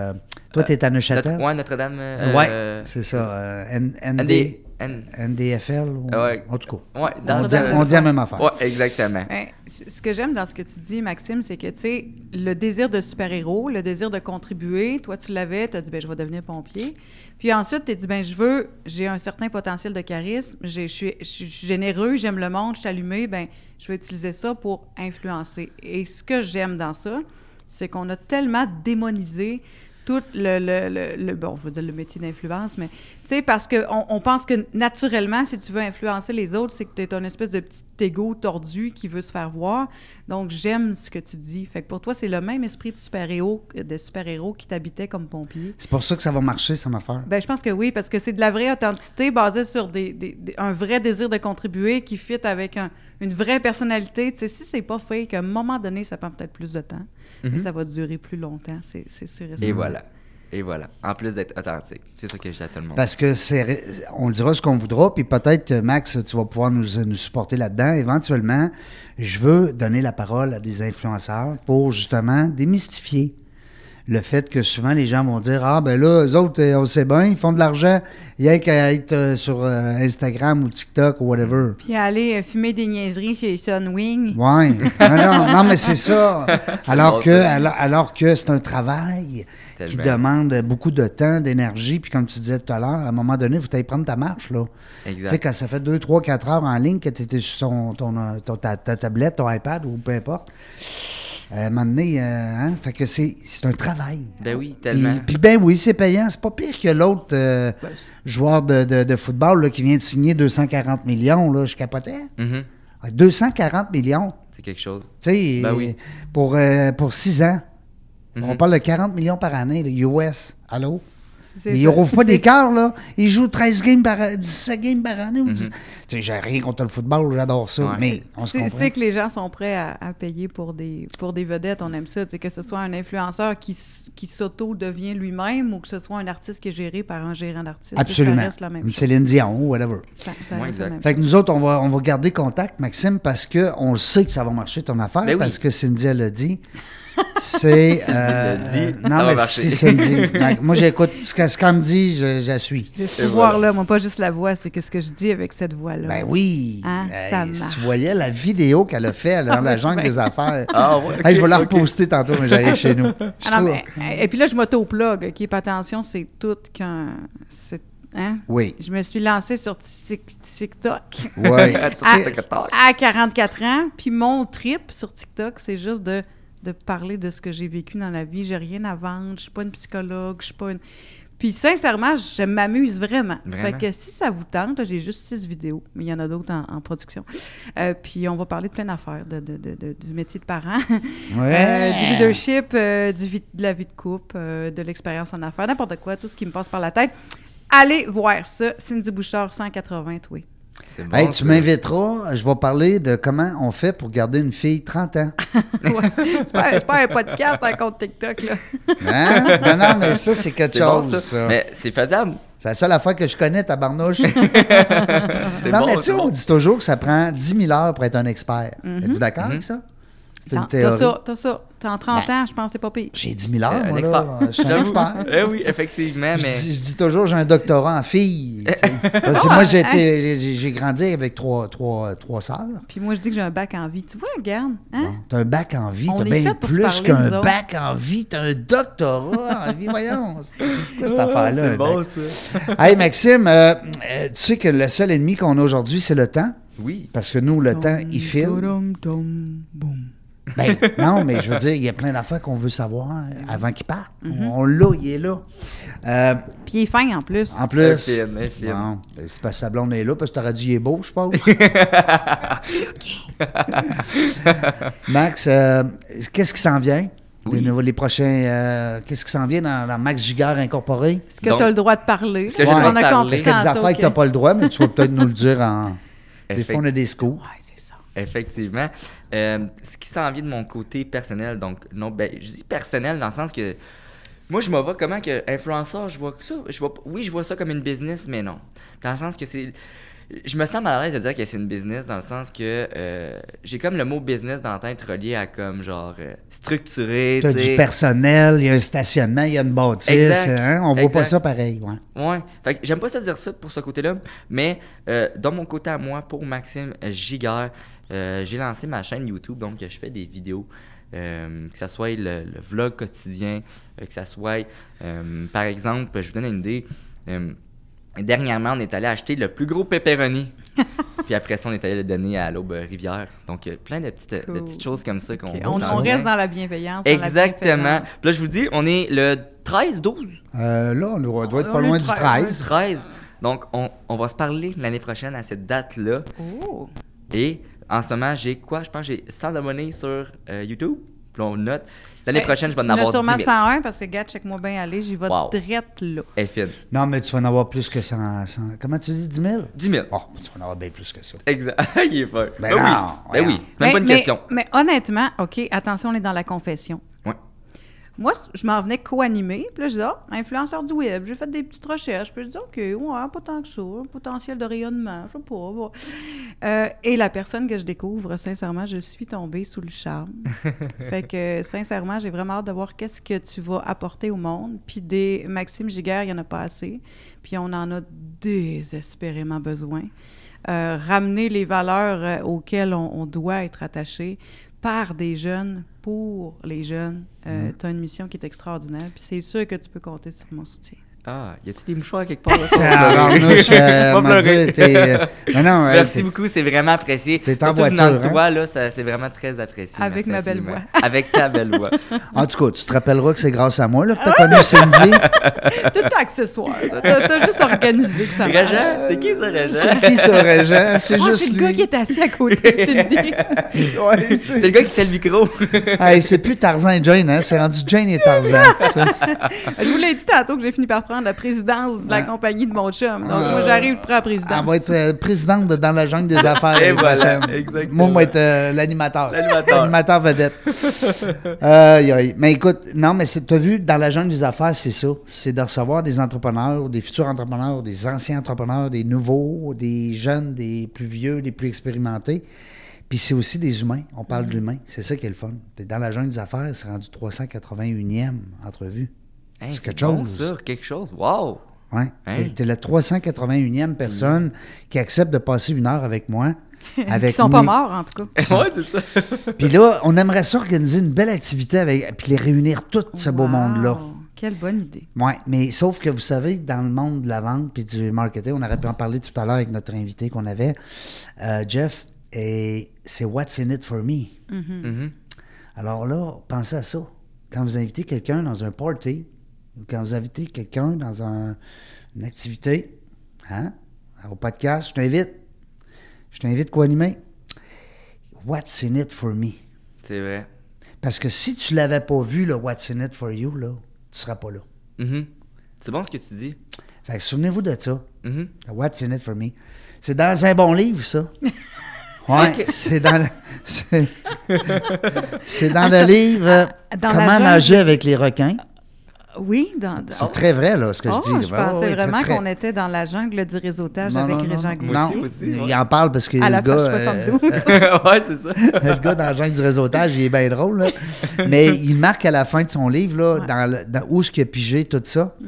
Speaker 1: Euh, toi, t'es à Neuchâtel?
Speaker 3: Notre- ouais, Notre-Dame. euh,
Speaker 1: ouais,
Speaker 3: euh,
Speaker 1: c'est ça. euh, N- ND,
Speaker 3: ND. N-
Speaker 1: NDFL? Ou,
Speaker 3: Ouais.
Speaker 1: En tout cas,
Speaker 3: Ouais,
Speaker 1: on,
Speaker 3: dans
Speaker 1: dit,
Speaker 3: le-
Speaker 1: on dit la même affaire.
Speaker 3: Ouais, exactement.
Speaker 2: Ben, ce ce que j'aime dans ce que tu dis, Maxime, c'est que, tu sais, le désir de super-héros, le désir de contribuer, toi, tu l'avais, tu as dit, ben, je vais devenir pompier. Puis ensuite, tu as dit, ben, je veux, j'ai un certain potentiel de charisme, j'ai- je suis je suis généreux, j'aime le monde, je suis allumé, ben, je vais utiliser ça pour influencer. Et ce que j'aime dans ça, c'est qu'on a tellement démonisé tout le, le, le- le- bon, je veux dire le métier d'influence, mais tu sais, parce qu'on on pense que naturellement, si tu veux influencer les autres, c'est que tu es un espèce de petit égo tordu qui veut se faire voir. Donc, j'aime ce que tu dis. Fait que pour toi, c'est le même esprit de super-héros de super-héros qui t'habitait comme pompier.
Speaker 1: C'est pour ça que ça va marcher, son affaire.
Speaker 2: Ben, je pense que oui, parce que c'est de la vraie authenticité basée sur des, des- des- un vrai désir de contribuer qui fit avec un- une vraie personnalité. Tu sais, si c'est pas fake, à un moment donné, ça prend peut-être plus de temps, mais ça va durer plus longtemps, c'est c'est sûr et
Speaker 3: Mhm. Et
Speaker 1: Mm.
Speaker 2: certain.
Speaker 3: voilà. Et voilà. En plus d'être authentique. C'est ça que je dis à tout le monde.
Speaker 1: Parce que c'est, on dira ce qu'on voudra, puis peut-être, Max, tu vas pouvoir nous, nous supporter là-dedans. Éventuellement, je veux donner la parole à des influenceurs pour justement démystifier le fait que souvent les gens vont dire Ah, ben là, eux autres, euh, on sait bien, ils font de l'argent, il y a qu'à être euh, sur euh, Instagram ou TikTok ou whatever.
Speaker 2: Puis aller euh, fumer des niaiseries chez Sunwing.
Speaker 1: Ouais. Non, non, non, mais c'est ça. Alors
Speaker 3: bon,
Speaker 1: que,
Speaker 3: ça.
Speaker 1: alors, alors que c'est un travail qui
Speaker 3: Tellement.
Speaker 1: demande beaucoup de temps, d'énergie. Puis comme tu disais tout à l'heure, à un moment donné, il faut aller prendre ta marche. Là. Tu
Speaker 3: Exact.
Speaker 1: sais, quand ça fait 2, 3, 4 heures en ligne que tu étais sur ton, ton, euh, ton- ta, ta tablette, ton iPad ou peu importe, euh, à un moment donné, euh, hein, fait que c'est c'est un travail.
Speaker 3: Ben oui,
Speaker 1: Puis,
Speaker 3: tellement. Ben,
Speaker 1: puis ben oui, c'est payant. C'est pas pire que l'autre euh, joueur de, de- de football là, qui vient de signer 240 millions. Là, je capotais.
Speaker 3: Mhm.
Speaker 1: Ah, 240 millions.
Speaker 3: C'est quelque chose.
Speaker 1: Tu sais,
Speaker 3: Ben oui.
Speaker 1: pour, euh, pour 6 ans.
Speaker 3: Mhm.
Speaker 1: On parle de 40 millions par année, le US. Allô?
Speaker 2: C'est-
Speaker 1: Ils
Speaker 2: c'est-
Speaker 1: n'ouvrent pas
Speaker 2: c'est-
Speaker 1: des cœurs, là. Ils jouent 13 games par 17 games par année. ou 10. Tu sais, j'ai rien contre le football, j'adore ça,
Speaker 3: Mm-hmm. Ouais.
Speaker 1: mais on se
Speaker 2: c'est-
Speaker 1: comprend.
Speaker 2: C'est que les gens sont prêts à, à payer pour des, pour des vedettes, on aime ça. Tu sais, que ce soit un influenceur qui, s- qui s'auto-devient lui-même ou que ce soit un artiste qui est géré par un gérant d'artiste. Tu sais,
Speaker 1: Absolument.
Speaker 2: Ça reste la même
Speaker 1: Une
Speaker 2: chose.
Speaker 1: Céline Dion, whatever.
Speaker 2: Ça, ça reste
Speaker 3: Ouais,
Speaker 2: la
Speaker 3: exact.
Speaker 2: même
Speaker 1: Fait que nous autres, on va, on va garder contact, Maxime, parce qu'on le sait que ça va marcher ton affaire,
Speaker 3: Ben oui.
Speaker 1: parce que Cindy, elle l'a dit. C'est. euh,
Speaker 3: l'a dit,
Speaker 1: euh,
Speaker 3: ça
Speaker 1: non,
Speaker 3: va
Speaker 1: mais
Speaker 3: marcher.
Speaker 1: si Cindy. Donc, moi, j'écoute ce qu'elle ce qu'elle me dit, je, je la suis.
Speaker 2: J'ai ce
Speaker 3: Et
Speaker 2: pouvoir-là, moi, pas juste la voix, c'est que ce que je dis avec cette voix-là.
Speaker 1: Ben oui.
Speaker 2: Hein,
Speaker 1: Hey,
Speaker 2: ça
Speaker 1: si
Speaker 2: marche. Ah, ben.
Speaker 1: tu voyais la vidéo qu'elle a fait dans la jungle des affaires.
Speaker 3: Ah ouais,
Speaker 1: Hey, je
Speaker 3: ok,
Speaker 1: vais la
Speaker 3: ok.
Speaker 1: reposter tantôt, mais j'arrive chez nous. Je
Speaker 2: Ah non,
Speaker 1: trouve-
Speaker 2: mais- et- et puis là, je m'auto-plug, OK? Pas attention, c'est tout qu'un... c'est- Hein?
Speaker 1: Oui.
Speaker 2: Je me suis lancée sur Tik- TikTok.
Speaker 3: Ah,
Speaker 1: Ouais.
Speaker 2: à,
Speaker 1: Tu sais,
Speaker 2: à 44 ans. Puis mon trip sur TikTok, c'est juste de, de parler de ce que j'ai vécu dans la vie. J'ai rien à vendre. Je suis pas une psychologue. Je suis pas une. Puis sincèrement, je m'amuse vraiment.
Speaker 3: Vraiment.
Speaker 2: Fait que si ça vous tente, j'ai juste six vidéos, mais il y en a d'autres en, en production. Euh, puis on va parler de plein d'affaires, de, de- de- de- du métier de parent,
Speaker 1: Ouais.
Speaker 2: euh, du leadership, euh, du vie- de la vie de couple, euh, de l'expérience en affaires, n'importe quoi, tout ce qui me passe par la tête. Allez voir ça, Cindy Bouchard 180, oui.
Speaker 3: C'est bon,
Speaker 1: Hey, tu
Speaker 3: ça.
Speaker 1: m'inviteras, je vais parler de comment on fait pour garder une fille 30 ans.
Speaker 2: Ouais, c'est pas, c'est pas un podcast, c'est un compte TikTok, là.
Speaker 1: Hein? non, non, mais ça, c'est quelque
Speaker 3: C'est bon,
Speaker 1: chose.
Speaker 3: ça.
Speaker 1: ça.
Speaker 3: Mais c'est faisable.
Speaker 1: C'est la seule affaire que je connais, ta barnouche.
Speaker 3: C'est
Speaker 1: non,
Speaker 3: bon,
Speaker 1: mais tu sais,
Speaker 3: c'est
Speaker 1: on
Speaker 3: bon.
Speaker 1: dit toujours que ça prend 10 000 heures pour être un expert. Êtes-vous
Speaker 3: Mhm.
Speaker 1: d'accord avec ça? C'est une
Speaker 2: T'as- T'as
Speaker 1: théorie.
Speaker 2: Mhm.
Speaker 1: Ben.
Speaker 2: ça, t'as ça. T'as en 30 ans, je pense que c'est pas pire.
Speaker 1: J'ai 10 000 heures,
Speaker 3: Euh,
Speaker 1: moi, là. Je suis un
Speaker 3: J'avoue.
Speaker 1: expert.
Speaker 3: Eh oui, effectivement,
Speaker 1: Je,
Speaker 3: mais
Speaker 1: dis, je dis toujours, j'ai un doctorat en filles. tu sais. Parce que moi, j'ai
Speaker 2: hein?
Speaker 1: été- j'ai j'ai grandi avec trois, trois, trois sœurs.
Speaker 2: Puis moi, je dis que j'ai un bac en vie. Tu vois, regarde, hein?
Speaker 1: T'as un bac en vie,
Speaker 2: On
Speaker 1: t'as
Speaker 2: est
Speaker 1: bien
Speaker 2: fait pour se
Speaker 1: plus
Speaker 2: parler, nous
Speaker 1: qu'un
Speaker 2: autres.
Speaker 1: bac en vie, t'as un doctorat en vie, voyons. C'est Quoi cette affaire-là? un
Speaker 3: Ah, c'est bon,
Speaker 1: bac?
Speaker 3: ça.
Speaker 1: Hey Maxime, euh, euh, tu sais que le seul ennemi qu'on a aujourd'hui, c'est le temps.
Speaker 3: Oui.
Speaker 1: Parce que nous, le
Speaker 2: Oh,
Speaker 1: temps, il file.
Speaker 2: Tom, tom, boum.
Speaker 1: Ben, non, mais je veux dire, il y a plein d'affaires qu'on veut savoir avant qu'il parte.
Speaker 2: Mm-hmm.
Speaker 1: On l'a, il est là. Euh,
Speaker 2: Puis il est fin en plus.
Speaker 1: en plus,
Speaker 3: Infine, infine.
Speaker 1: bon, ben, c'est parce que sa blonde est là, parce que t'aurais dit, il est beau, je pense. Max, euh, qu'est-ce qui s'en vient? Les, nouveaux- les prochains. euh, qu'est-ce qui s'en vient dans, dans Max Giguère Incorporé?
Speaker 2: Est-ce que
Speaker 3: Donc,
Speaker 2: t'as le droit de parler?
Speaker 3: est-ce que j'ai le
Speaker 2: On
Speaker 3: droit de
Speaker 2: a
Speaker 3: parler?
Speaker 2: compris
Speaker 3: Est-ce
Speaker 1: Parce qu'il y a des
Speaker 2: tantôt
Speaker 1: affaires que
Speaker 2: que-
Speaker 1: t'as pas le droit, mais tu vas peut-être nous le dire en. Des fois, on a des scoops.
Speaker 2: Ouais, c'est ça.
Speaker 3: Effectivement. Euh, ce qui s'en vient de mon côté personnel, donc, non, ben, je dis personnel dans le sens que moi, je me vois comment que influenceur, je vois que ça. Je vois, p- oui, je vois ça comme une business, mais non. Dans le sens que c'est. Je me sens mal à l'aise de dire que c'est une business, dans le sens que euh, j'ai comme le mot business dans la tête relié à comme genre euh, structuré.
Speaker 1: T'as
Speaker 3: tu
Speaker 1: du
Speaker 3: sais.
Speaker 1: personnel, il y a un stationnement, il y a une bâtisse.
Speaker 3: Exact.
Speaker 1: hein, On voit pas
Speaker 3: Exact.
Speaker 1: ça pareil. ouais.
Speaker 3: Ouais. Fait que j'aime pas ça dire ça pour ce côté-là, mais euh, dans mon côté à moi, pour Maxime Giguère, euh, j'ai lancé ma chaîne YouTube, donc je fais des vidéos, euh, que ce soit le, le vlog quotidien, euh, que ça soit, euh, par exemple, je vous donne une idée, euh, dernièrement, on est allé acheter le plus gros pepperoni. Puis après ça, on est allé le donner à l'Aube Rivière. Donc, euh, plein de petites, de
Speaker 2: Cool.
Speaker 3: petites choses comme ça qu'on
Speaker 2: Ok,
Speaker 3: va
Speaker 2: On,
Speaker 3: faire.
Speaker 2: on reste dans la bienveillance. dans la
Speaker 3: Exactement.
Speaker 2: bienfaisance.
Speaker 3: Puis là, je vous dis, on est le 13, 12,
Speaker 1: Euh, là, on doit doit être
Speaker 2: On
Speaker 1: pas
Speaker 2: est
Speaker 1: loin du
Speaker 2: 13.
Speaker 1: 13.
Speaker 3: 13. Donc, on, on va se parler l'année prochaine à cette date-là.
Speaker 2: Oh.
Speaker 3: Et en ce moment, j'ai quoi? Je pense que j'ai 100 abonnés sur euh, YouTube. Puis on note. L'année
Speaker 2: Ben,
Speaker 3: prochaine,
Speaker 2: tu-
Speaker 3: je vais en
Speaker 2: tu n'as
Speaker 3: avoir 10
Speaker 2: sûrement
Speaker 3: 000.
Speaker 2: 101 parce que, gars, check-moi bien aller, j'y vais
Speaker 3: Wow.
Speaker 2: drette là.
Speaker 3: Eh, Phil,
Speaker 1: Non, mais tu vas en avoir plus que 100. 100. Comment tu dis 10 000?
Speaker 3: 10 000.
Speaker 1: Oh, tu vas en avoir bien plus que ça.
Speaker 3: Exact. Il est fort.
Speaker 1: Ben
Speaker 3: oui.
Speaker 1: non,
Speaker 3: Ben oui.
Speaker 1: voyons.
Speaker 3: C'est même pas une
Speaker 2: mais,
Speaker 3: question.
Speaker 2: Mais honnêtement, OK, attention, on est dans la confession.
Speaker 3: Ouais.
Speaker 2: Moi, c- je m'en venais co-animer, puis là, je disais, ah, influenceur du web, j'ai fait des petites recherches, puis je dis, OK, ouais, pas tant que ça, un potentiel de rayonnement, je sais pas. bon. Euh, et la personne que je découvre, sincèrement, je suis tombée sous le charme. fait que, sincèrement, j'ai vraiment hâte de voir qu'est-ce que tu vas apporter au monde. Puis des Maxime Giguère, il n'y en a pas assez, puis on en a désespérément besoin. Euh, ramener les valeurs euh, auxquelles on, on doit être attaché par des jeunes, pour les jeunes. Tu as une mission qui est extraordinaire. Puis c'est sûr que tu peux compter sur mon soutien.
Speaker 3: Ah, y a-tu des mouchoirs quelque part? là?
Speaker 1: Alors, Arnouche,
Speaker 3: Pas
Speaker 1: euh, m'a
Speaker 3: pleurer.
Speaker 1: dit, t'es. euh, Non, non, elle,
Speaker 3: Merci
Speaker 1: t'es-
Speaker 3: beaucoup, c'est vraiment apprécié.
Speaker 1: T'es en
Speaker 3: Surtout venant de
Speaker 1: voiture, hein?
Speaker 3: toi, là, ça- c'est vraiment très apprécié.
Speaker 2: Avec
Speaker 3: Merci
Speaker 2: ma belle
Speaker 3: infiniment.
Speaker 2: voix.
Speaker 3: Avec ta belle voix.
Speaker 1: En tout cas, tu te rappelleras que c'est grâce à moi là, que t'as
Speaker 3: Ah!
Speaker 1: connu Cindy.
Speaker 2: Tout est accessoire. T'as t'as juste organisé que ça marche.
Speaker 3: Réjean, c'est qui ça, Réjean?
Speaker 1: C'est qui ça, Régent? C'est
Speaker 3: Ah,
Speaker 2: Moi,
Speaker 1: juste
Speaker 2: c'est le
Speaker 1: lui.
Speaker 2: gars qui est assis à côté de Cindy.
Speaker 1: Ouais,
Speaker 3: C'est le gars qui tient le micro.
Speaker 1: Hey, c'est plus Tarzan et Jane, hein? C'est rendu Jane et Tarzan. tu sais.
Speaker 2: Je vous l'ai dit tantôt que j'ai fini par prendre la présidence
Speaker 1: Ah.
Speaker 2: de la compagnie de mon chum. Donc, moi, j'arrive, je prends la présidence.
Speaker 1: Elle va être euh, présidente de Dans la jungle des affaires.
Speaker 3: Et
Speaker 1: la
Speaker 3: voilà,
Speaker 1: prochaine.
Speaker 3: exactement.
Speaker 1: Moi, moi, être euh, l'animateur.
Speaker 3: L'animateur.
Speaker 1: L'animateur vedette. Aïe, aïe. Mais écoute, non, mais c'est- t'as vu, dans la jungle des affaires, c'est ça. C'est de recevoir des entrepreneurs, des futurs entrepreneurs, des anciens entrepreneurs, des nouveaux, des jeunes, des plus vieux, des plus expérimentés. Puis c'est aussi des humains. On parle de
Speaker 3: Mm.
Speaker 1: l'humain. C'est ça qui est le fun. Dans la jungle des affaires, c'est rendu 381e entrevue.
Speaker 3: Hey,
Speaker 1: C'est quelque
Speaker 3: bon,
Speaker 1: chose.
Speaker 3: ça, quelque chose. Wow!
Speaker 1: Ouais.
Speaker 3: Hein?
Speaker 1: T'es- T'es la 381e personne qui accepte de passer une heure avec moi. Avec
Speaker 2: Ils sont pas
Speaker 1: mes-
Speaker 2: morts, en tout cas.
Speaker 3: Ouais, c'est ça.
Speaker 1: Puis là, on aimerait ça organiser une belle activité avec, puis les réunir tout ce beau
Speaker 2: Wow,
Speaker 1: monde-là.
Speaker 2: Quelle bonne idée.
Speaker 1: Ouais, mais sauf que vous savez, dans le monde de la vente puis du marketing, on aurait pu en parler tout à l'heure avec notre invité qu'on avait, euh, Jeff, et c'est What's in it for me.
Speaker 3: Mhm.
Speaker 1: Alors là, pensez à ça. Quand vous invitez quelqu'un dans un party, ou quand vous invitez quelqu'un dans un- une activité, hein, au podcast, je t'invite. Je t'invite quoi animer? What's in it for me?
Speaker 3: C'est vrai.
Speaker 1: Parce que si tu l'avais pas vu, le What's in it for you, là, tu seras pas là.
Speaker 3: Mhm. Mm-hmm. C'est bon ce que tu dis.
Speaker 1: Fait que souvenez-vous de ça.
Speaker 3: Mhm.
Speaker 1: What's in it for me? C'est dans un bon livre, ça. Ouais, c'est dans le, c'est, c'est dans le livre euh,
Speaker 2: Dans la
Speaker 1: Comment
Speaker 2: bonne-
Speaker 1: nager avec les requins.
Speaker 2: Oui, dans.
Speaker 1: C'est très vrai, là, ce que
Speaker 2: Oh,
Speaker 1: je dis.
Speaker 2: je
Speaker 1: Ouais, ouais,
Speaker 2: pensais
Speaker 1: ouais, très,
Speaker 2: vraiment
Speaker 1: très-
Speaker 2: qu'on était dans la jungle du réseautage
Speaker 1: Non,
Speaker 2: avec
Speaker 1: non, non,
Speaker 2: Régent
Speaker 1: non,
Speaker 2: Goussier.
Speaker 3: Moi
Speaker 1: non.
Speaker 3: aussi, moi aussi,
Speaker 1: Il
Speaker 3: ouais.
Speaker 1: en parle parce que
Speaker 2: À
Speaker 1: le
Speaker 2: la
Speaker 1: gars.
Speaker 2: page
Speaker 1: euh,
Speaker 2: 72.
Speaker 3: ouais, c'est ça.
Speaker 1: le gars dans Jean du réseautage, il est bien drôle, là. mais il marque à la fin de son livre là, dans, le- dans- où ce qu'il a pigé tout ça.
Speaker 2: Mm.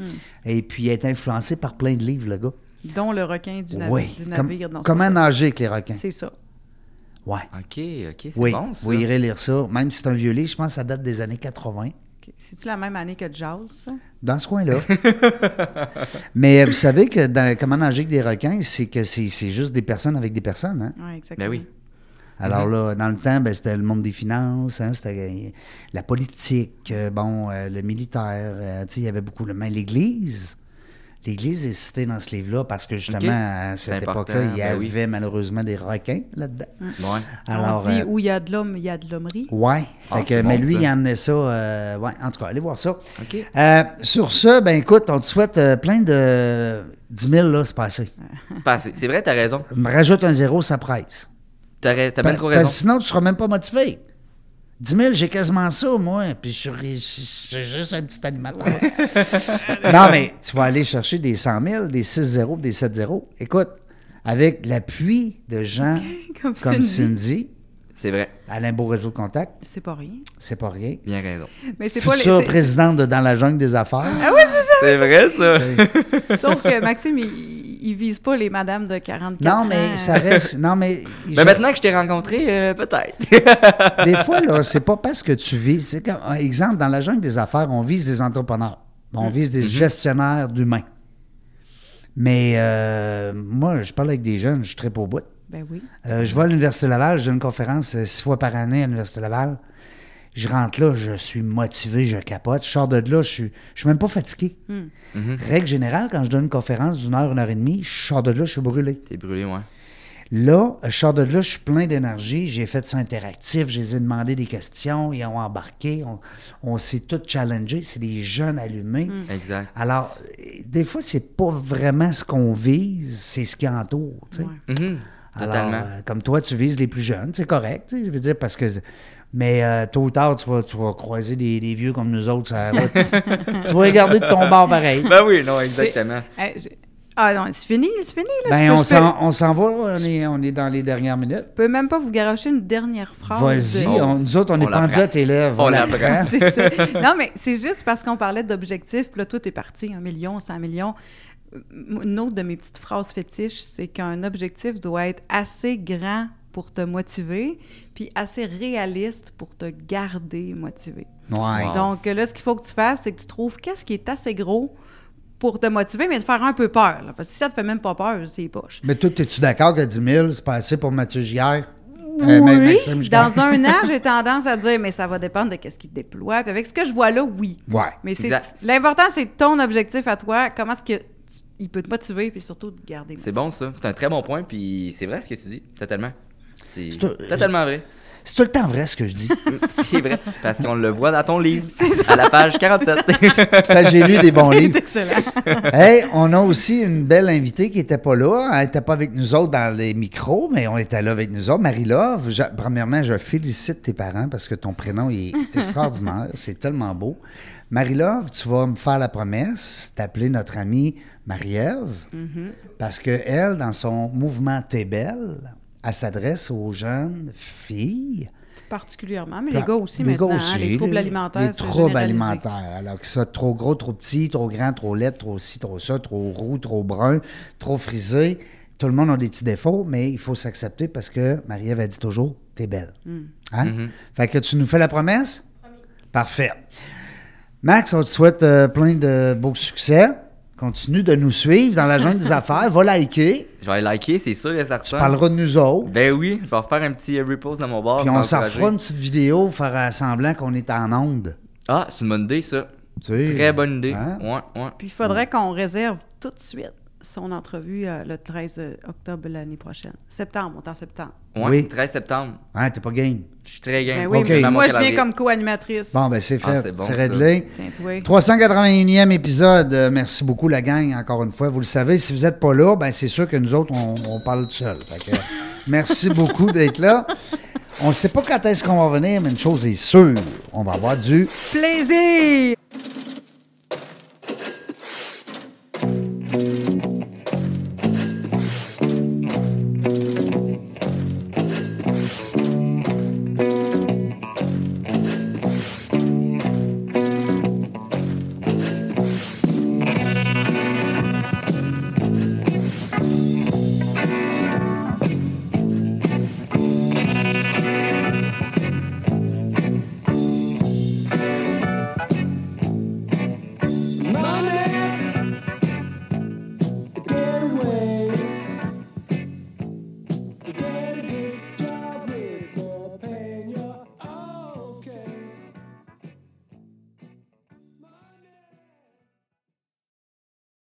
Speaker 1: Et puis il est influencé par plein de livres, le gars.
Speaker 2: Dont le requin du, nav-
Speaker 1: oui.
Speaker 2: du
Speaker 1: Comme-
Speaker 2: navire. non, c'est
Speaker 1: comment
Speaker 2: ça.
Speaker 1: nager avec les requins.
Speaker 2: C'est ça.
Speaker 1: Ouais.
Speaker 3: OK, OK, c'est
Speaker 1: Oui,
Speaker 3: bon, ça.
Speaker 1: vous irez lire ça. Même si c'est un vieux livre, je pense que ça date des années 80.
Speaker 2: Ok. C'est-tu la même année que Jazz, ça?
Speaker 1: Dans ce coin-là. Mais euh, vous savez que dans Comment nager avec des requins, c'est que c'est c'est juste des personnes avec des personnes. Hein?
Speaker 2: Oui, exactement.
Speaker 3: Ben oui.
Speaker 1: Alors
Speaker 3: Mhm.
Speaker 1: là, dans le temps, ben, c'était le monde des finances, hein, c'était euh, la politique, euh, bon, euh, le militaire, euh, tu sais, il y avait beaucoup. le- Mais l'Église, l'Église est citée dans ce livre-là parce que justement,
Speaker 3: Ok.
Speaker 1: à
Speaker 3: C'est
Speaker 1: cette
Speaker 3: important,
Speaker 1: époque-là, il y
Speaker 3: ben oui. Mm.
Speaker 1: avait malheureusement des requins là-dedans.
Speaker 3: Ouais.
Speaker 1: Alors,
Speaker 2: On dit
Speaker 1: euh,
Speaker 2: où il y a de l'homme, il y a de l'hommerie.
Speaker 1: Ouais.
Speaker 3: Ah,
Speaker 1: Fait que-
Speaker 3: c'est
Speaker 1: mais
Speaker 3: bon,
Speaker 1: lui,
Speaker 3: ça.
Speaker 1: il a amené ça. euh, ouais, en tout cas, allez voir ça.
Speaker 3: OK.
Speaker 1: Euh, sur ce, ben écoute, on te souhaite euh, plein de 10 000, là, c'est passé.
Speaker 3: Passé. C'est vrai, t'as raison.
Speaker 1: Rajoute un zéro, ça presse.
Speaker 3: T'as ra- t'as bien
Speaker 1: Pa- parce que
Speaker 3: trop raison.
Speaker 1: Ben, sinon, tu seras même pas motivé. 10 000, j'ai quasiment ça, moi. Puis je suis je- je suis juste un petit animateur. non, mais tu vas aller chercher des 100 000, des 6 0, des 7 0. Écoute, avec l'appui de gens
Speaker 2: Comme
Speaker 1: comme
Speaker 2: Cindy.
Speaker 1: Cindy,
Speaker 3: C'est vrai.
Speaker 1: Alain Beau Réseau Contact,
Speaker 2: C'est pas rien.
Speaker 1: c'est pas rien.
Speaker 3: Bien raison.
Speaker 2: Mais c'est pas les.
Speaker 1: Futur
Speaker 2: c'est- Ah
Speaker 1: président de Dans la jungle des affaires.
Speaker 3: C'est vrai, ça.
Speaker 2: Sauf que Maxime, il, il vise pas les madames de 44 ans.
Speaker 1: Non, mais ça reste. Non, mais. je-
Speaker 3: Mais maintenant que je t'ai rencontré, euh, peut-être.
Speaker 1: Des fois, là, c'est pas parce que tu vises. C'est comme, un exemple, dans la jungle des affaires, on vise des entrepreneurs. On vise des gestionnaires d'humains. Mais euh, moi, je parle avec des jeunes, je suis très au bout.
Speaker 2: Ben oui.
Speaker 1: Euh, je vais à l'Université Laval, je donne une conférence euh, six fois par année à l'Université Laval. Je rentre là, je suis motivé, je capote. Je sors de là, je suis, je suis même pas fatigué. Règle générale, quand je donne une conférence d'une heure, une heure et demie, je sors de là, je suis brûlé.
Speaker 3: T'es brûlé, ouais.
Speaker 1: Là, je sors de là, je suis plein d'énergie. J'ai fait ça interactif, je les ai demandé des questions, ils ont embarqué, on, on s'est tous challengés. C'est des jeunes allumés.
Speaker 2: Mm.
Speaker 3: Exact.
Speaker 1: Alors, euh, des fois, c'est pas vraiment ce qu'on vise, c'est ce qui entoure. tu sais.
Speaker 2: Ouais.
Speaker 3: Mhm.
Speaker 1: Alors,
Speaker 3: Totalement.
Speaker 1: euh, comme toi, tu vises les plus jeunes, c'est correct. tu sais, Je veux dire, parce que. Mais euh, tôt ou tard, tu vas, tu vas croiser des, des vieux comme nous autres. sur la route. tu vas regarder de ton bord pareil.
Speaker 3: Ben oui, non, exactement.
Speaker 2: Eh, je- Ah non, c'est fini, c'est fini. Là.
Speaker 1: Ben,
Speaker 2: Je peux-
Speaker 1: on
Speaker 2: je peux-
Speaker 1: s'en on s'en va, on est, on est dans les dernières minutes.
Speaker 2: Je peux même pas vous garocher une dernière phrase.
Speaker 1: Vas-y,
Speaker 2: de-
Speaker 3: Oh.
Speaker 1: on- nous autres, on,
Speaker 3: On
Speaker 1: est pendus
Speaker 3: l'apprend.
Speaker 1: à tes lèvres.
Speaker 3: On
Speaker 1: la
Speaker 3: l'apprend.
Speaker 1: prend.
Speaker 2: C'est ça. Non, mais c'est juste parce qu'on parlait d'objectifs, puis là, tout est parti, un million, 100 millions. Euh, Une autre de mes petites phrases fétiches, c'est qu'un objectif doit être assez grand pour te motiver, puis assez réaliste pour te garder motivé.
Speaker 1: Ouais.
Speaker 3: Wow.
Speaker 2: Donc là, ce qu'il faut que tu fasses, c'est que tu trouves qu'est-ce qui est assez gros pour te motiver, mais te faire un peu peur. là. parce que si ça te fait même pas peur, c'est poche.
Speaker 1: Mais toi, es-tu d'accord que 10 000, c'est pas assez pour Mathieu Giguère? Euh, mais
Speaker 2: Oui,
Speaker 1: Maxime Giguère?
Speaker 2: dans un an, j'ai tendance à dire, mais ça va dépendre de qu'est-ce qui te déploie. Puis avec ce que je vois là, oui.
Speaker 1: Ouais.
Speaker 2: Mais c'est
Speaker 3: Exact.
Speaker 2: l'important, c'est ton objectif à toi. Comment est-ce que tu- il peut te motiver puis surtout te garder.
Speaker 3: C'est
Speaker 2: motivé.
Speaker 3: bon, ça. C'est un très bon point, puis c'est vrai ce que tu dis, totalement. C'est
Speaker 1: C'est un-
Speaker 3: totalement vrai.
Speaker 1: C'est tout le temps vrai ce que je dis.
Speaker 3: C'est vrai, parce qu'on le voit dans ton livre, à la page 47.
Speaker 1: Fait que Ben, J'ai lu des bons livres.
Speaker 2: Excellent.
Speaker 1: Hey, on a aussi une belle invitée qui n'était pas là. Elle n'était pas avec nous autres dans les micros, mais on était là avec nous autres. Marie-Love, je- premièrement, je félicite tes parents parce que ton prénom il est extraordinaire. c'est tellement beau. Marie-Love, tu vas me faire la promesse d'appeler notre amie Marie-Ève parce qu'elle, dans son mouvement T'es belle, elle s'adresse aux jeunes filles
Speaker 2: Particulièrement, mais les gars aussi maintenant,
Speaker 1: gars
Speaker 2: hein,
Speaker 1: aussi,
Speaker 2: les troubles alimentaires.
Speaker 1: Les
Speaker 2: c'est
Speaker 1: troubles
Speaker 2: généralisé.
Speaker 1: alimentaires. Alors que ça, trop gros, trop petit, trop grand, trop laid, trop ci, trop ça, trop roux, trop brun, trop frisé. Tout le monde a des petits défauts, mais il faut s'accepter parce que Marie-Ève a dit toujours T'es belle.
Speaker 2: Mm.
Speaker 1: Hein? Fait que tu nous fais la promesse? Parfait. Max, on te souhaite euh, plein de beaux succès. Continue de nous suivre dans la jungle des affaires. Va liker.
Speaker 3: Je vais aller liker, c'est sûr et certain.
Speaker 1: Parlera de nous autres.
Speaker 3: Ben oui, je vais refaire un petit euh, repost dans mon bar.
Speaker 1: Puis
Speaker 3: pour
Speaker 1: on s'en
Speaker 3: encourager.
Speaker 1: fera une petite vidéo, faire euh, semblant qu'on est en onde.
Speaker 3: Ah, c'est une bonne idée, ça.
Speaker 1: Tu sais,
Speaker 3: Très bonne idée.
Speaker 1: hein?
Speaker 3: Ouais, ouais.
Speaker 2: Puis il faudrait qu'on réserve tout de suite son entrevue euh, le 13 octobre l'année prochaine. Septembre, on est en septembre.
Speaker 3: Ouais,
Speaker 1: Oui.
Speaker 3: 13 septembre.
Speaker 1: Hein, t'es pas game.
Speaker 3: Je suis très game.
Speaker 2: Ben oui,
Speaker 1: Ok.
Speaker 2: mais
Speaker 3: Dans mon
Speaker 2: moi, je viens
Speaker 3: calendrier.
Speaker 2: comme co-animatrice.
Speaker 1: Bon, ben c'est
Speaker 3: Ah,
Speaker 1: fait.
Speaker 3: c'est bon,
Speaker 1: c'est
Speaker 3: ça.
Speaker 1: réglé.
Speaker 2: Tiens, toi.
Speaker 1: 381e épisode. Euh, Merci beaucoup, la gang, encore une fois. Vous le savez, si vous n'êtes pas là, ben c'est sûr que nous autres, on, on parle tout seul. Fait que, merci beaucoup d'être là. On ne sait pas quand est-ce qu'on va revenir, mais une chose est sûre, on va avoir du
Speaker 2: Plaisir!